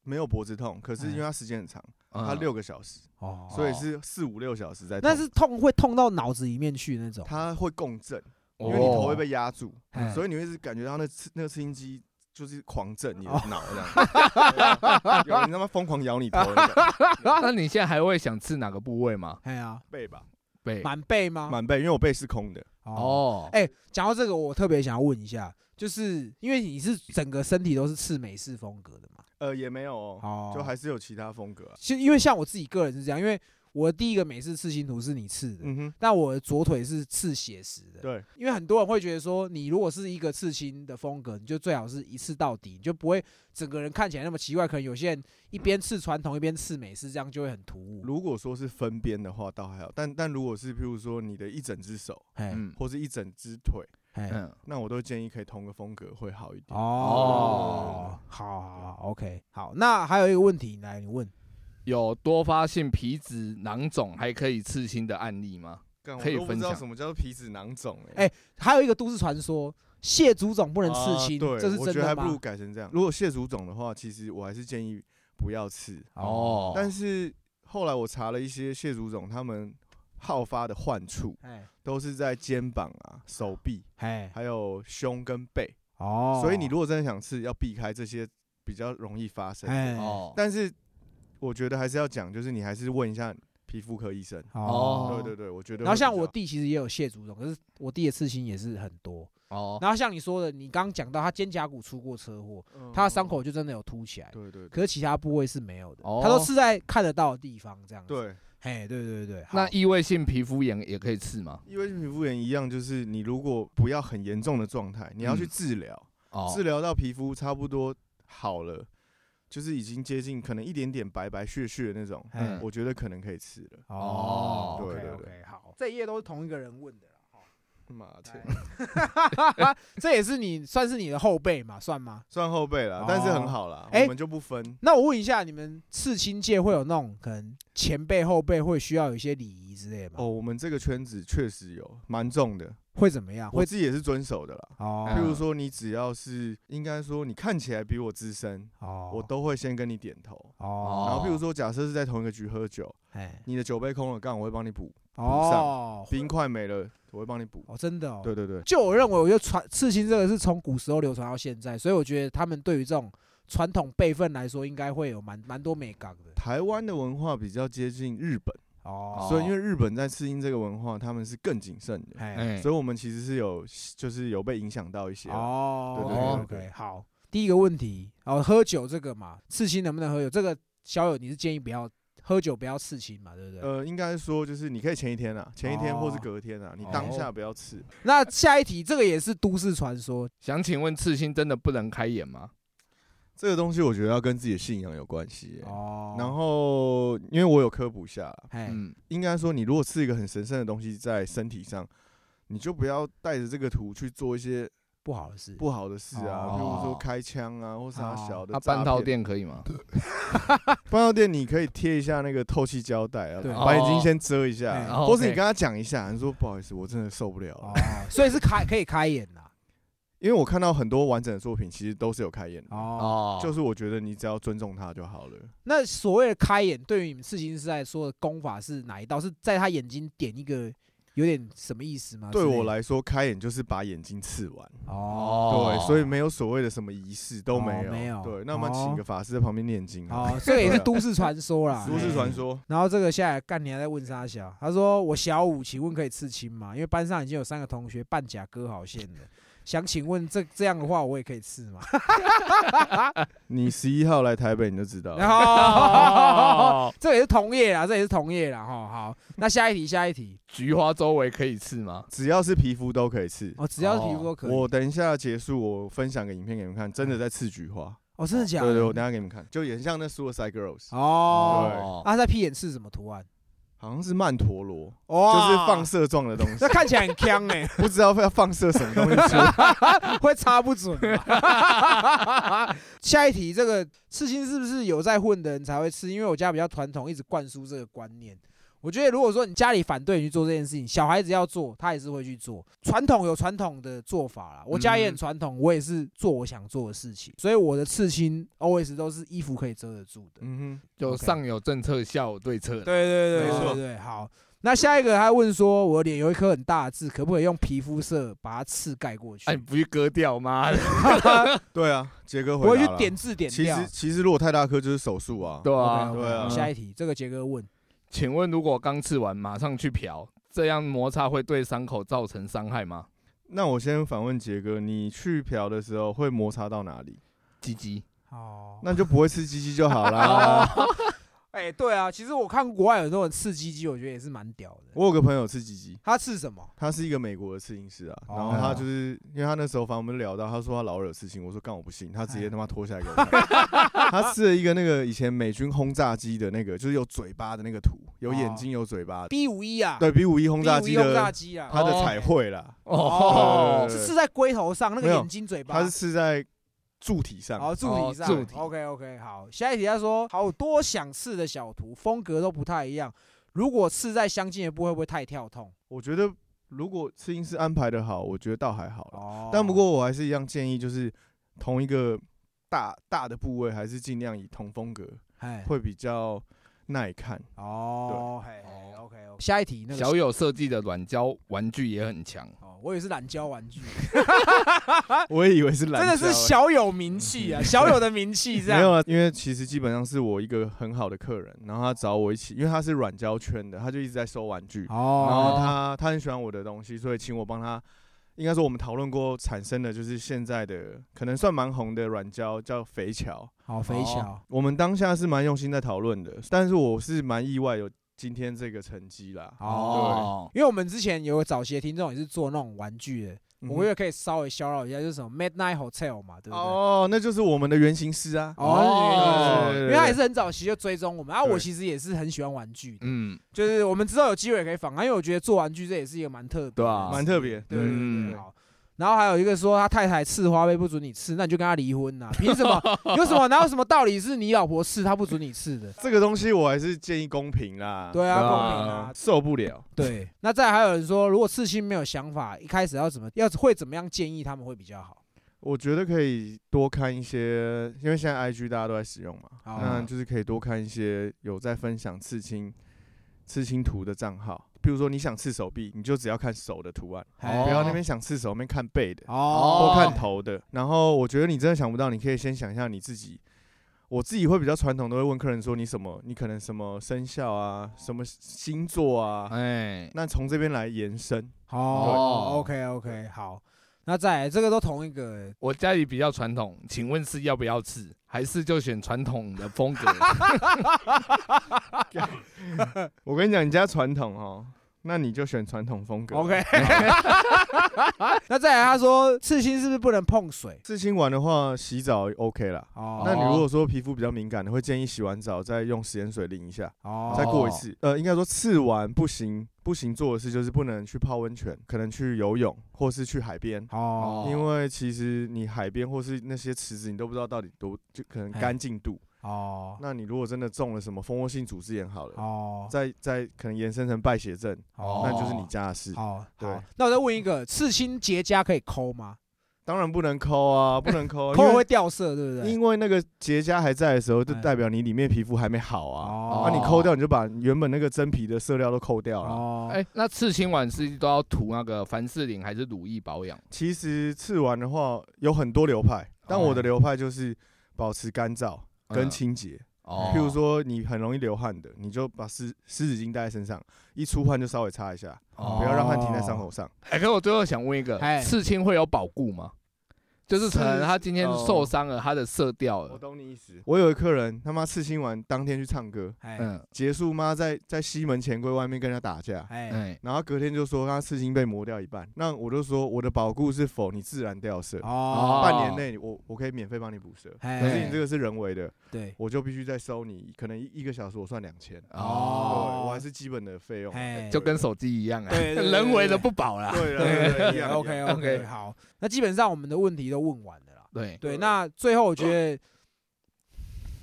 S2: 没有脖子痛，可是因为它时间很长，它
S3: 嗯
S2: 六个小时，
S1: 哦
S2: 所以是四五六小时在痛。
S1: 那是痛会痛到脑子里面去那种。
S2: 它会共振，因
S3: 因
S2: 为你头会被压住，
S1: 哎
S2: 所以你会一直感觉到那刺那个刺青肌就是狂震你的
S1: 哦
S2: 脑这样，对啊有人他妈疯狂咬你头那种，
S3: 那你现在还会想刺哪个部位吗？
S1: 哎呀，
S2: 背吧，
S3: 背
S1: 满背吗？
S2: 满背，因为我背是空的，
S1: 哦，
S3: 哦，
S1: 哎、讲到这个，我特别想要问一下，就是因为你是整个身体都是刺美式风格的嘛？
S2: 呃，也没有哦，
S1: 哦，
S2: 就还是有其他风格啊，
S1: 其实因为像我自己个人是这样，因为我的第一个美式刺青图是你刺的，
S2: 嗯哼，
S1: 但我的左腿是刺写实的。
S2: 对，
S1: 因为很多人会觉得说，你如果是一个刺青的风格，你就最好是一次到底，你就不会整个人看起来那么奇怪。可能有些人一边刺传统一边刺美式，这样就会很突兀。
S2: 如果说是分边的话，倒还好，但但如果是譬如说你的一整只手
S1: 哎
S3: 嗯
S2: 或是一整只腿，
S1: 哎
S3: 嗯，
S2: 那我都建议可以通个风格会好一点。
S1: 哦，好好好，OK，好。那还有一个问题，来你问，
S3: 有多发性皮脂囊肿还可以刺青的案例吗？
S2: 干
S3: 可以
S2: 我都不
S3: 分
S2: 知道
S3: 享
S2: 什么叫做皮脂囊肿欸
S1: 哎还有一个都市传说，谢祖总不能刺青，
S2: 啊对，
S1: 这是
S2: 我
S1: 真
S2: 觉
S1: 的
S2: 得还不如
S1: 吗？
S2: 改成这样。如果蟹足肿的话，其实我还是建议不要吃。
S3: 哦，
S2: 但是后来我查了一些蟹足肿，他们好发的患处
S1: 哎
S2: 都是在肩膀啊、手臂，
S1: 哎，
S2: 还有胸跟背。
S1: 哦，
S2: 所以你如果真的想吃，要避开这些比较容易发生。
S1: 哎
S3: 哦，
S2: 但是我觉得还是要讲，就是你还是问一下皮肤科医生。
S1: 哦
S2: 对对对，我觉得。
S1: 然后像我，弟其实也有蟹足肿，可是我弟的刺青也是很多。
S3: 哦，
S1: 然后像你说的，你刚刚讲到他肩胛骨出过车祸，他的伤，口就真的有凸起来，
S2: 嗯对对对
S1: 可是其他部位是没有的。
S3: 哦
S1: 他都刺在看得到的地方，这样子。，
S2: 对，
S1: 嘿，对对对，
S3: 那
S1: 好
S3: 异位性皮肤炎也可以刺吗？
S2: 因为皮肤炎一样，就是你如果不要很严重的状态，你要去
S3: 嗯
S2: 治疗。
S3: 哦
S2: 治，疗到皮肤差不多好了，就是已经接近可能一点点白白血血的那种，
S1: 嘿
S3: 嗯
S2: 我觉得可能可以吃了。
S1: 哦
S2: 对
S1: ，OK
S2: 对
S1: OK，好，这一页都是同一个人问的啦。
S2: 妈的，
S1: 哈， 这也是你算是你的后辈嘛，算吗？
S2: 算后辈了
S1: 哦，
S2: 但是很好啦，
S1: 哎
S2: 我们就不分。
S1: 那我问一下，你们刺青界会有那种可能前辈后辈会需要有一些礼仪之类吗？
S2: 哦，我们这个圈子确实有蛮重的，
S1: 会怎么样？
S2: 我
S1: 会
S2: 自己也是遵守的啦。譬
S1: 哦
S2: 如说，你只要是应该说你看起来比我资深，
S1: 哦，
S2: 我都会先跟你点头。
S1: 哦，
S2: 然后譬如说，假设是在同一个局喝酒，
S1: 哎
S2: 你的酒杯空了，干我会帮你补；
S1: 哦
S2: 冰块没了，我会帮你补。
S1: 哦，真的哦，
S2: 对对对，
S1: 就我认为，我觉得传刺青这个是从古时候流传到现在，所以我觉得他们对于这种传统辈分来说，应该会有蛮蛮多美感的。
S2: 台湾的文化比较接近日本。
S1: 哦，
S2: 所以因为日本在适应这个文化，他们是更谨慎的，
S1: 哎，
S3: 哎，
S2: 所以我们其实是有就是有被影响到一些啦。对
S1: 哦
S2: 对对
S1: ，OK，
S2: 对对
S1: 好，第一个问题，哦，喝酒这个嘛，刺青能不能喝酒？这个小友你是建议不要喝酒，不要刺青嘛，对不对？
S2: 呃，应该说就是你可以前一天啊，前一天
S1: 哦
S2: 或是隔天啊，你当下不要吃。
S1: 那下一题，这个也是都市传说，
S3: 想请问刺青真的不能开眼吗？
S2: 这个东西我觉得要跟自己的信仰有关系耶。
S1: 哦，
S2: 然后因为我有科普下啦，
S1: 哎，
S3: 嗯，
S2: 应该说你如果吃一个很神圣的东西在身体上，你就不要带着这个图去做一些
S1: 不好的事，
S2: 不好的事啊，
S1: 哦
S2: 比如说开枪啊或啥
S1: 哦
S2: 小的
S3: 那
S2: 诈
S3: 半套
S2: 骗
S3: 店可以吗？
S2: 半药店你可以贴一下那个透气胶带啊，
S1: 对
S2: 把眼睛先遮一
S1: 哎
S2: 下，啊
S3: 哦
S2: 或是
S3: OK
S2: 你跟他讲一下，你说不好意思，我真的受不了
S1: 哦
S2: 了，，
S1: 所以是开可以开眼呐，
S2: 因为我看到很多完整的作品，其实都是有开眼的，
S1: 哦，
S3: 哦，
S2: 就是我觉得你只要尊重他就好了。
S1: 那所谓的开眼，对于你们刺青师来说的功法是哪一道？是在他眼睛点一个，有点什么意思吗？
S2: 对
S1: 之类
S2: 我
S1: 的
S2: 来说，开眼就是把眼睛刺完，
S1: 哦
S3: 哦
S2: 对，所以没有所谓的什么仪式都
S1: 哦没有
S2: 对，那么
S1: 哦
S2: 请个法师在旁边念经啊，
S1: 哦，这个也是都市传说啦，
S2: 都市
S1: 嘿
S2: 传说。
S1: 然后这个下来干，你还在问沙小？他说我小五，请问可以刺青吗？因为班上已经有三个同学半甲割好线了，想请问这这样的话我也可以刺吗？
S2: 你十一号来台北你就知 道了
S1: 哎然。后哦这也是同业啦，这也是同业啦哈。好，那下一题，下一题
S3: 菊花周围可以刺吗？
S2: 只要是皮肤都可以刺。
S1: 哦，只要是皮肤都可以。
S2: 我等一下结束，我分享个影片给你们看，真的在刺菊花。
S1: 哦，真的假的？
S2: 对对，我等一下给你们看，就也很像那 Suicide Girls，、
S1: 哦，
S3: 哦
S1: 那他在屁眼刺什么图案？
S2: 好像是曼陀罗，就
S1: 哇
S2: 是放射状的东西
S1: 那，看起来很呛哎、
S2: 不知道要放射什么东西 出来。
S1: 会插不准吧。 下一题，这个刺青是不是有在混的人才会吃？因为我家比较传统，一直灌输这个观念。我觉得如果说你家里反对你去做这件事情，小孩子要做，他也是会去做。传统有传统的做法啦，我家也很传统，我也是做我想做的事情，所以我的刺青 always 都是衣服可以遮得住的。
S2: 嗯哼，
S3: 就
S1: OK
S3: 上有政策，下有对策啦。
S1: 对对对，
S2: 没错
S1: 对对，好。那下一个他问说，我的脸有一颗很大的痣，可不可以用皮肤色把它刺盖过去
S3: 哎，？你不去割掉吗？
S2: 对啊，杰哥
S1: 我
S2: 回
S1: 会
S2: 答
S1: 去
S2: 了
S1: 点字点
S2: 其
S1: 掉
S2: 实。其实如果太大颗就是手术啊，
S3: 对啊
S1: OK，OK，，
S2: 对啊
S1: 下一题，这个杰哥问，
S3: 请问如果刚刺完马上去漂，这样摩擦会对伤口造成伤害吗？
S2: 那我先反问杰哥，你去嫖的时候会摩擦到哪里？
S3: 鸡鸡，
S1: 哦，
S2: 那就不会吃鸡鸡就好 啦。
S1: 哎、对啊，其实我看国外有那种刺鸡鸡，我觉得也是蛮屌的。
S2: 我有个朋友吃鸡鸡，
S1: 他刺什么？
S2: 他是一个美国的摄影师啊，
S1: 哦
S2: 然后他就是因为他那时候反正我们聊到，他说他老惹事情，我说干我不信，他直接他妈脱下来给我看， 他吃了一个那个以前美军轰炸机的那个，就是有嘴巴的那个图，有眼睛有嘴巴的，
S1: B 五一啊，
S2: 对比五一轰炸机
S1: B 哦五一轰炸
S2: 的
S1: 机啊，
S2: 它的彩
S1: 哦。
S2: 绘啦，
S1: 哦，
S2: 对对对
S1: 是刺在龟头上，那个
S2: 没有
S1: 眼睛嘴巴。
S2: 它是刺在柱体上，
S1: 好，助理
S3: 哦
S1: 上，
S3: 助理
S1: OK OK，好，下一题他说好多想刺的小图，风格都不太一样，如果刺在相近的部位会不会太跳痛？
S2: 我觉得如果摄影师安排的好，我觉得倒还好啦。
S1: 哦，
S2: 但不过我还是一样建议，就是同一个大大的部位，还是尽量以同风格，
S1: 哎，
S2: 会比较耐看。
S1: 哦，嘿
S3: 哦
S1: ，OK OK，下一题那个
S3: 小友设计的软胶玩具也很强，
S1: 哦，我以为是懒胶玩具，
S2: 我也以为是蓝
S1: 真的是
S2: 小，
S1: 小有名 气啊，小有的名气这
S2: 没有
S1: 样。
S2: 啊，因为其实基本上是我一个很好的客人，然后他找我一起，因为他是软胶圈的，他就一直在收玩具，然
S1: 哦，
S2: 后他他很喜欢我的东西，所以请我帮他。应该说，我们讨论过产生的就是现在的可能算蛮红的软胶，叫肥桥。
S1: 好肥巧，
S2: 我们当下是蛮用心在讨论的，但是我是蛮意外有今天这个成绩啦。
S1: 哦，因为我们之前有早期的听众也是做那种玩具的，
S2: 嗯哼
S1: 我也可以稍微骚扰一下，就是什么 Midnight Hotel 嘛，对不哦对？
S2: 哦，那就是我们的原型师啊。
S1: 哦，
S2: 对对对
S1: 因为他也是很早期就追踪我们，啊，
S2: 对
S1: 我其实也是很喜欢玩具的，
S3: 嗯，
S1: 就是我们之后有机会也可以访谈，因为我觉得做玩具这也是一个蛮特别的
S3: 对
S1: 事
S3: 啊
S1: 情，
S2: 蛮特别
S1: 对对对对，
S3: 嗯
S1: 好。然后还有一个说他太太刺花呗不准你刺，那你就跟他离婚呐、凭什么？ 有什么哪有什么道理是你老婆刺他不准你刺的？
S2: 这个东西我还是建议公平啦。
S1: 对啊，
S3: 对
S1: 公
S3: 啊
S1: 平啊。
S2: 受不了。
S1: 对，那再还有人说，如果刺青没有想法，一开始要怎么要会怎么样建议他们会比
S2: 哦
S1: 较好？
S2: 我觉得可以多看一些，因为现在 IG 大家都在使用嘛，
S1: 好
S2: 那就是可以多看一些有在分享刺青、刺青图的账号。比如说你想刺手臂，你就只要看手的图案，
S1: 哎
S2: 不要那边想刺手，那边看背的。
S1: 哦
S2: 多看头的。然后我觉得你真的想不到，你可以先想一下你自己。我自己会比较传统，都会问客人说你什么，你可能什么生肖啊，什么星座啊。
S3: 哎，
S2: 那从这边来延伸，
S1: 哦
S3: 对
S1: ，OK OK，好，那再来这个都同一个，
S3: 我家里比较传统，请问是要不要刺，还是就选传统的 风格？
S2: 我跟你讲，你家传统哦，那你就选传统风格。
S1: OK，那再来他说刺青是不是不能碰水？
S2: 刺青完的话，洗澡 OK 啦。
S1: 哦，
S2: 那你如果说皮肤比较敏感的，会建议洗完澡再用食盐水淋一下，
S1: 哦
S2: 再过一次。呃，应该说刺完不行，不行做的事就是不能去泡温泉，可能去游泳或是去海边。
S1: 哦
S2: 因为其实你海边或是那些池子，你都不知道到底多就可能
S1: 哎
S2: 干净度。
S1: 哦
S2: 那你如果真的中了什么蜂窝性组织炎好了，
S1: 哦
S2: 再再可能延伸成败血症，
S1: 哦，
S2: 那就是你家的事。
S1: 好，
S2: 对
S1: 好，那我再问一个，刺青结痂可以抠吗？
S2: 当然不能抠啊，不能抠啊，
S1: 抠了
S2: 因
S1: 会
S2: 为
S1: 掉色，对不对？
S2: 因为那个结痂还在的时候，就
S1: 哎
S2: 代表你里面皮肤还没好啊。
S1: 哦
S2: 啊，你抠掉你就把原本那个真皮的色料都抠掉了。
S1: 哦，
S3: 哎，那刺青完是都要涂那个凡士林还是乳液保养？
S2: 其实刺完的话有很多流派，但我的流派就是保持干燥跟
S3: 嗯
S2: 清洁。
S3: 哦
S2: 譬如说你很容易流汗的，你就把湿湿纸巾带在身上，一出汗就稍微擦一下，
S1: 哦
S2: 不要让汗停在伤口上。
S3: 哎，可我最后想问一个
S1: 哎，
S3: 刺青会有保固吗？就是可能他今天
S1: 哦
S3: 受伤了，他的色掉了，
S2: 懂你意思。我有一客人他妈刺青完当天去唱歌，
S1: 哎
S3: 嗯，
S2: 结束妈在在西门钱柜外面跟人家打架，
S1: 哎
S3: 哎，
S2: 然后隔天就说他刺青被磨掉一半。那我就说我的保固是否你自然掉色，
S1: 哦，
S2: 半年内我我可以免费帮你补色。可是
S1: 哎
S2: 你这个是人为的，
S1: 对，
S2: 我就必须再收你可能一一个小时我算两千，对
S1: 哦
S2: 我还是基本的费用啊。
S1: 哎
S3: 就跟手机一样啊，
S1: 对对 对对
S3: 人为的不保啦。
S2: 对啦
S1: 对
S2: 对 啦一
S1: 对
S2: 样一样
S1: ，OK OK，
S3: OK
S1: 好，那基本上我们的问题都问完了啦。
S3: 对，
S1: 对，
S2: 对
S1: 那最后我觉得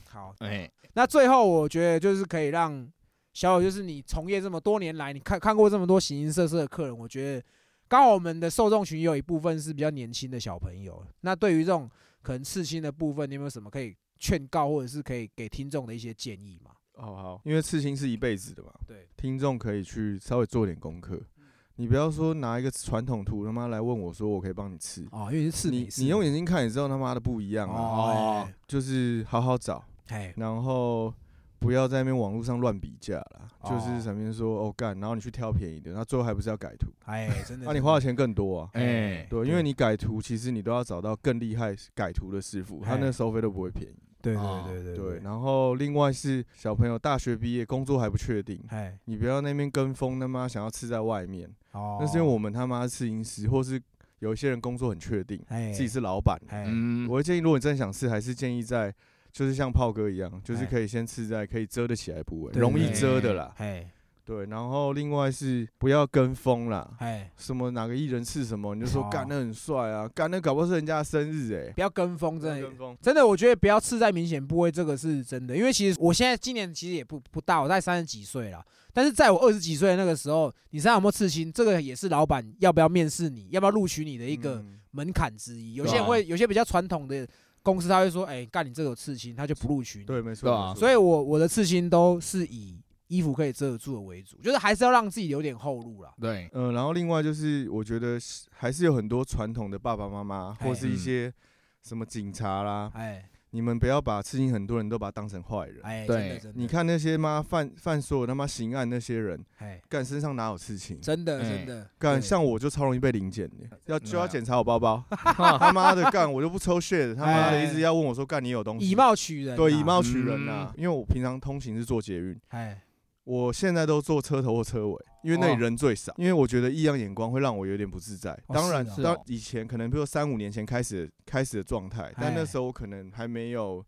S1: 好，
S3: 哎，
S1: 那最后我觉得就是可以让小友就是你从业这么多年来，你看看过这么多形形色色的客人，我觉得刚好我们的受众群也有一部分是比较年轻的小朋友。那对于这种可能刺青的部分，你有没有什么可以劝告或者是可以给听众的一些建议吗？
S2: 好好，因为刺青是一辈子的嘛，
S1: 对，
S2: 听众可以去稍微做点功课。你不要说拿一个传统图他妈来问我说我可以帮你刺，
S1: 哦，因为是刺
S2: 你
S1: 美式
S2: 你用眼睛看也知道他妈的不一样啊，
S1: 哦，
S2: 就是好好找，
S1: 哎，
S2: 然后不要在那边网络上乱比价啦，
S1: 哦
S2: 就是上面说哦干，然后你去挑便宜的，那最后还不是要改图，啊
S1: 哎，真的，
S2: 那、你花的钱更多啊。
S3: 哎，
S2: 对，因为你改图，其实你都要找到更厉害改图的师傅，他
S1: 哎
S2: 那收费都不会便宜。
S1: 对
S3: 哦
S1: 对对
S2: 啊对，
S1: 对，
S2: 然后另外是小朋友大学毕业，工作还不确定，
S1: 哎，
S2: 你不要那边跟风，他妈想要吃在外面，
S1: 哦，
S2: 那是因为我们他妈是吃音师，或是有一些人工作很确定，
S1: 哎
S2: 自己是老板。啊
S1: 哎
S3: 嗯，
S2: 我会建议，如果你真的想吃，还是建议在就是像炮哥一样，就是
S1: 哎
S2: 可以先吃在可以遮得起来的部位，
S1: 对
S2: 容易
S3: 对
S2: 遮的啦。
S1: 哎
S2: 对，然后另外是不要跟风啦，
S1: 哎，
S2: 什么哪个艺人吃什么，你就说
S1: 哦
S2: 干那很帅啊，干那搞不好是人家的生日哎，
S1: 不要跟风，
S2: 不要
S1: 真的
S2: 跟。风。
S1: 真的，我觉得不要刺在明显部位，这个是真的。因为其实我现在今年其实也不不大，我才三十几岁了。但是在我二十几岁的那个时候，你身上有没有刺青，这个也是老板要不要面试你，要不要录取你的一个
S2: 嗯
S1: 门槛之一。有
S3: 对
S1: 些人
S3: 啊
S1: 会，有些比较传统的公司，他会说：“哎，干你这个有刺青，他就不录取你。”
S2: 对，没
S3: 对
S2: 错。
S3: 啊
S2: 没错
S1: 所以我我的刺青都是以衣服可以遮得住的为主，就是还是要让自己留点后路啦。
S3: 对，
S2: 嗯，然后另外就是，我觉得是还是有很多传统的爸爸妈妈
S1: 哎
S2: 或是一
S3: 嗯
S2: 些什么警察啦，
S1: 哎
S2: 你们不要把刺青很多人都把他当成坏人。
S1: 哎，真
S3: 对
S1: 的真的，
S2: 你看那些妈犯犯所有他妈刑案那些人，
S1: 哎，
S2: 干身上哪有刺青？
S1: 真的
S3: 哎
S1: 真的，
S2: 干
S1: 对呃
S2: 像我就超容易被临检的，要就要
S3: 对啊
S2: 检查我 包包。他妈的干，我就不抽 shit，他妈的
S1: 哎
S2: 一直要问我说干你有东西？
S1: 以貌取人啊，嗯
S2: 对以貌取人呐，因为我平常通勤是坐捷运。
S1: 哎
S2: 我现在都坐车头或车尾，因为那
S3: 哦
S2: 里人最少。因为我觉得异样眼光会让我有点不自在。
S1: 哦
S2: 当然，
S1: 是
S3: 哦
S2: 当以前可能比如三五年前开始开始的状态，但
S1: 哎
S2: 那时候我可能还没有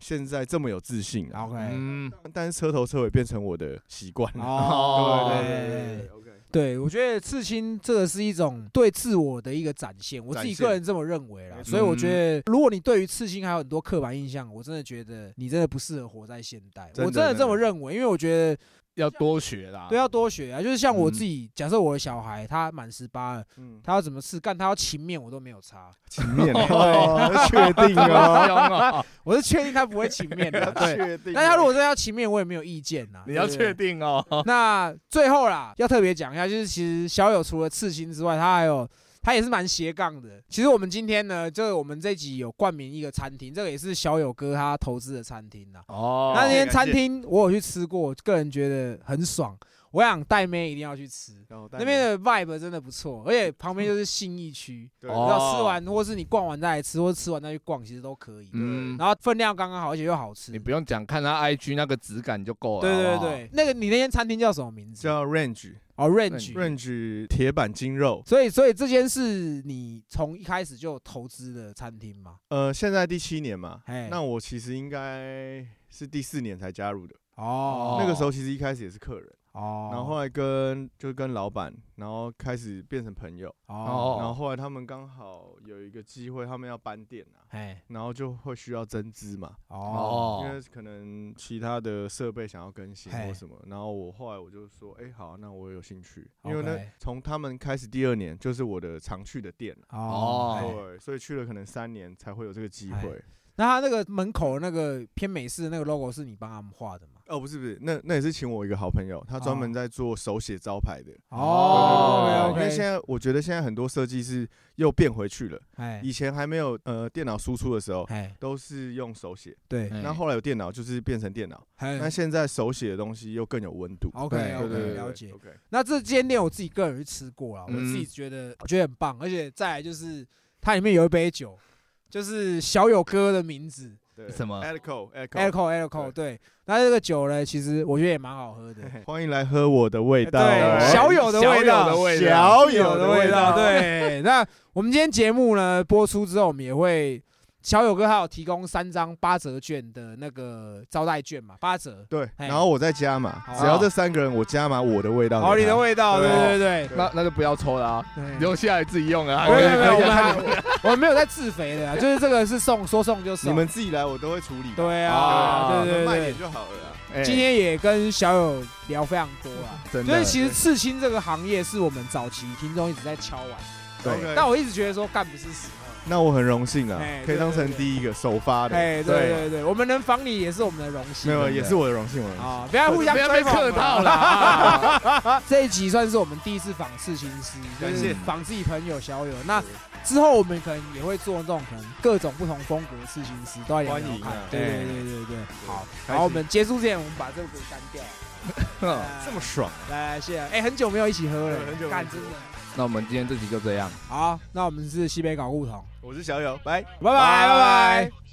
S2: 现在这么有自信啊。
S1: ，OK，
S3: 嗯，
S2: 但是车头车尾变成我的习惯了。
S1: 哦，
S2: 对
S1: 哎
S2: 对对
S1: 哎
S2: 对
S1: 哎
S2: 对，OK。
S1: 对，我觉得刺青这个是一种对自我的一个展现，我自己
S2: 展现
S1: 个人这么认为啦。
S2: 没错
S1: 所以我觉得，如果你对于刺青还有很多刻板印象，我真的觉得你真的不适合活在现代。
S2: 真的
S1: 我真的这么认为，因为我觉得
S3: 要多学啦，
S1: 都要多学啊。就是像我
S3: 嗯
S1: 自己，假设我的小孩他满十八了，
S2: 嗯，
S1: 他要怎么刺，干他要情面我都没有差，
S2: 情 面，哦确定哦，
S3: 凶哦，
S1: 我是确定他不会情面 的。 对，
S2: 确定哦。
S1: 但他如果真的要情面，我也没有意见呐。
S3: 你要
S1: 对不对
S3: 确定哦，
S1: 那最后啦，要特别讲一下，就是其实小友除了刺青之外，他还有他也是蛮斜杠的。其实我们今天呢，就是我们这集有冠名一个餐厅，这个也是小友哥他投资的餐厅啦。
S3: 哦
S1: 那
S2: 你
S1: 这间餐
S2: 感谢
S1: 厅我有去吃过，我个人觉得很爽，我想带妹一定要去吃。
S2: 哦
S1: 那边的 vibe 真的不错，而且旁边就是信义 区，
S2: 对
S1: 你知道
S3: 哦
S1: 吃完或是你逛完再来吃，或是吃完再去逛，其实都可以。
S3: 嗯，
S1: 然后分量刚刚好，而且又好吃。
S3: 你不用讲，看他 IG 那个质感就够了，
S1: 对对
S3: 好不好，
S1: 对，那个你那间餐厅叫什么名字？
S2: 啊叫 range
S1: Orange。
S2: range 铁板筋肉，
S1: 所以，所以这间是你从一开始就投资的餐厅嘛？
S2: 呃，现在第七年嘛
S1: 哎，
S2: 那我其实应该是第四年才加入的。
S1: 哦
S2: 那个时候其实一开始也是客人，
S1: 哦，
S2: 然后后来跟就跟老板，然后开始变成朋友，
S1: 哦，
S2: 然后后来他们刚好有一个机会，他们要搬店啊，
S1: 哎，
S2: 然后就会需要增资嘛，
S1: 哦，
S3: 哦
S2: 因，为可能其他的设备想要更新
S1: 嘿
S2: 或什么，然后我后来我就说，哎、好，那我有兴趣，
S1: OK
S2: 因为呢，从他们开始第二年就是我的常去的店了，
S1: 哦，哎
S2: 对，所以去了可能三年才会有这个机会。
S1: 那他那个门口那个偏美式的那个 logo 是你帮他们画的吗？
S2: 哦，不是不是，那那也是请我一个好朋友，他专门在做手写招牌的。
S1: 哦
S2: 对因为现
S1: ，OK
S2: 在我觉得现在很多设计是又变回去了，
S1: OK，
S2: 以前还没有呃电脑输出的时候
S1: 哎，
S2: 都是用手写，
S1: 对，
S3: 哎
S2: 那后来有电脑就是变成电脑，嗯那
S1: 哎
S2: 现在手写的东西又更有温度。
S1: ，OK
S2: 对对
S1: OK，
S2: 对，
S1: 了解。
S2: OK，
S1: 那这间店我自己个人去吃过了，我
S3: 嗯
S1: 自己觉得我觉得很棒，而且再来就是它里面有一杯酒，就是小友哥的名字
S2: 对
S3: 什么
S2: a l c o a l c o
S1: ，Alco Alco，对。那这个酒呢，其实我觉得也蛮好喝的，
S2: 欢迎来喝我的味道，
S1: 哎
S2: 哦哎
S1: 对，小友的味
S3: 小友
S1: 道
S3: 的，味
S2: 小
S1: 小友
S2: 友
S1: 的
S2: 的
S1: 味
S2: 味
S1: 道，
S2: 道，
S1: 对。那我们今天节目呢播出之后，我们也会小友哥他有提供三张八折券的那个招待券嘛，八折。
S2: 对，
S1: 嘿
S2: 然后我再加码
S1: 好，
S2: 只要这三个人我加码我的味道给他，
S1: 好，你的味道，
S2: 对
S1: 对对对
S2: 对
S3: 那那就不要抽了啊，
S1: 对。
S3: 留下来自己用啊。
S1: 没有没有没有，我
S3: 可以
S1: 们
S3: 看
S1: 还
S3: 你
S1: 我们没有在自肥的啊，就是这个是送，说送就送。
S2: 你们自己来我都会处理，
S1: 对啊，
S3: 啊
S1: 对对
S2: 卖
S1: 对
S2: 点。就好了啊。
S3: 哎
S1: 今天也跟小友聊非常多啊，
S3: 真
S1: 所
S3: 的
S1: 以其实刺青这个行业是我们早期听众一直在敲碗，
S2: 对，
S1: 但我一直觉得说干不是时候。
S2: 那我很荣幸啊
S1: 哎，
S2: 可以当成
S1: 对对对
S2: 第一个首发的，
S1: 哎，对
S3: 对
S1: 对对，我们能防你也是我们的荣幸。
S2: 没有，
S3: 真的
S2: 也是我的荣幸，我的荣幸。
S1: 啊，不要互相
S3: 不要被
S1: 吹捧啊
S3: 客套了啊。
S1: 这一集算是我们第一次访刺青师，就
S2: 感
S1: 是
S2: 谢
S1: 访自己朋友小友。那之后我们可能也会做那种可能各种不同风格的刺青师，都要聊聊
S2: 欢迎
S1: 看
S2: 啊。哎
S1: 对对
S3: 哎
S1: 对对对，好。
S2: 开心哦
S1: 然后我们结束之前，我们把这个给干 掉。哎
S2: 这么爽，
S1: 来来，谢谢。哎，很久没有一起喝了
S2: 对很久没，有
S1: 干真的。
S3: 那我们今天这集就这样。
S1: 好，那我们是西北搞故同，
S2: 我是小友，拜。
S1: 拜拜拜拜。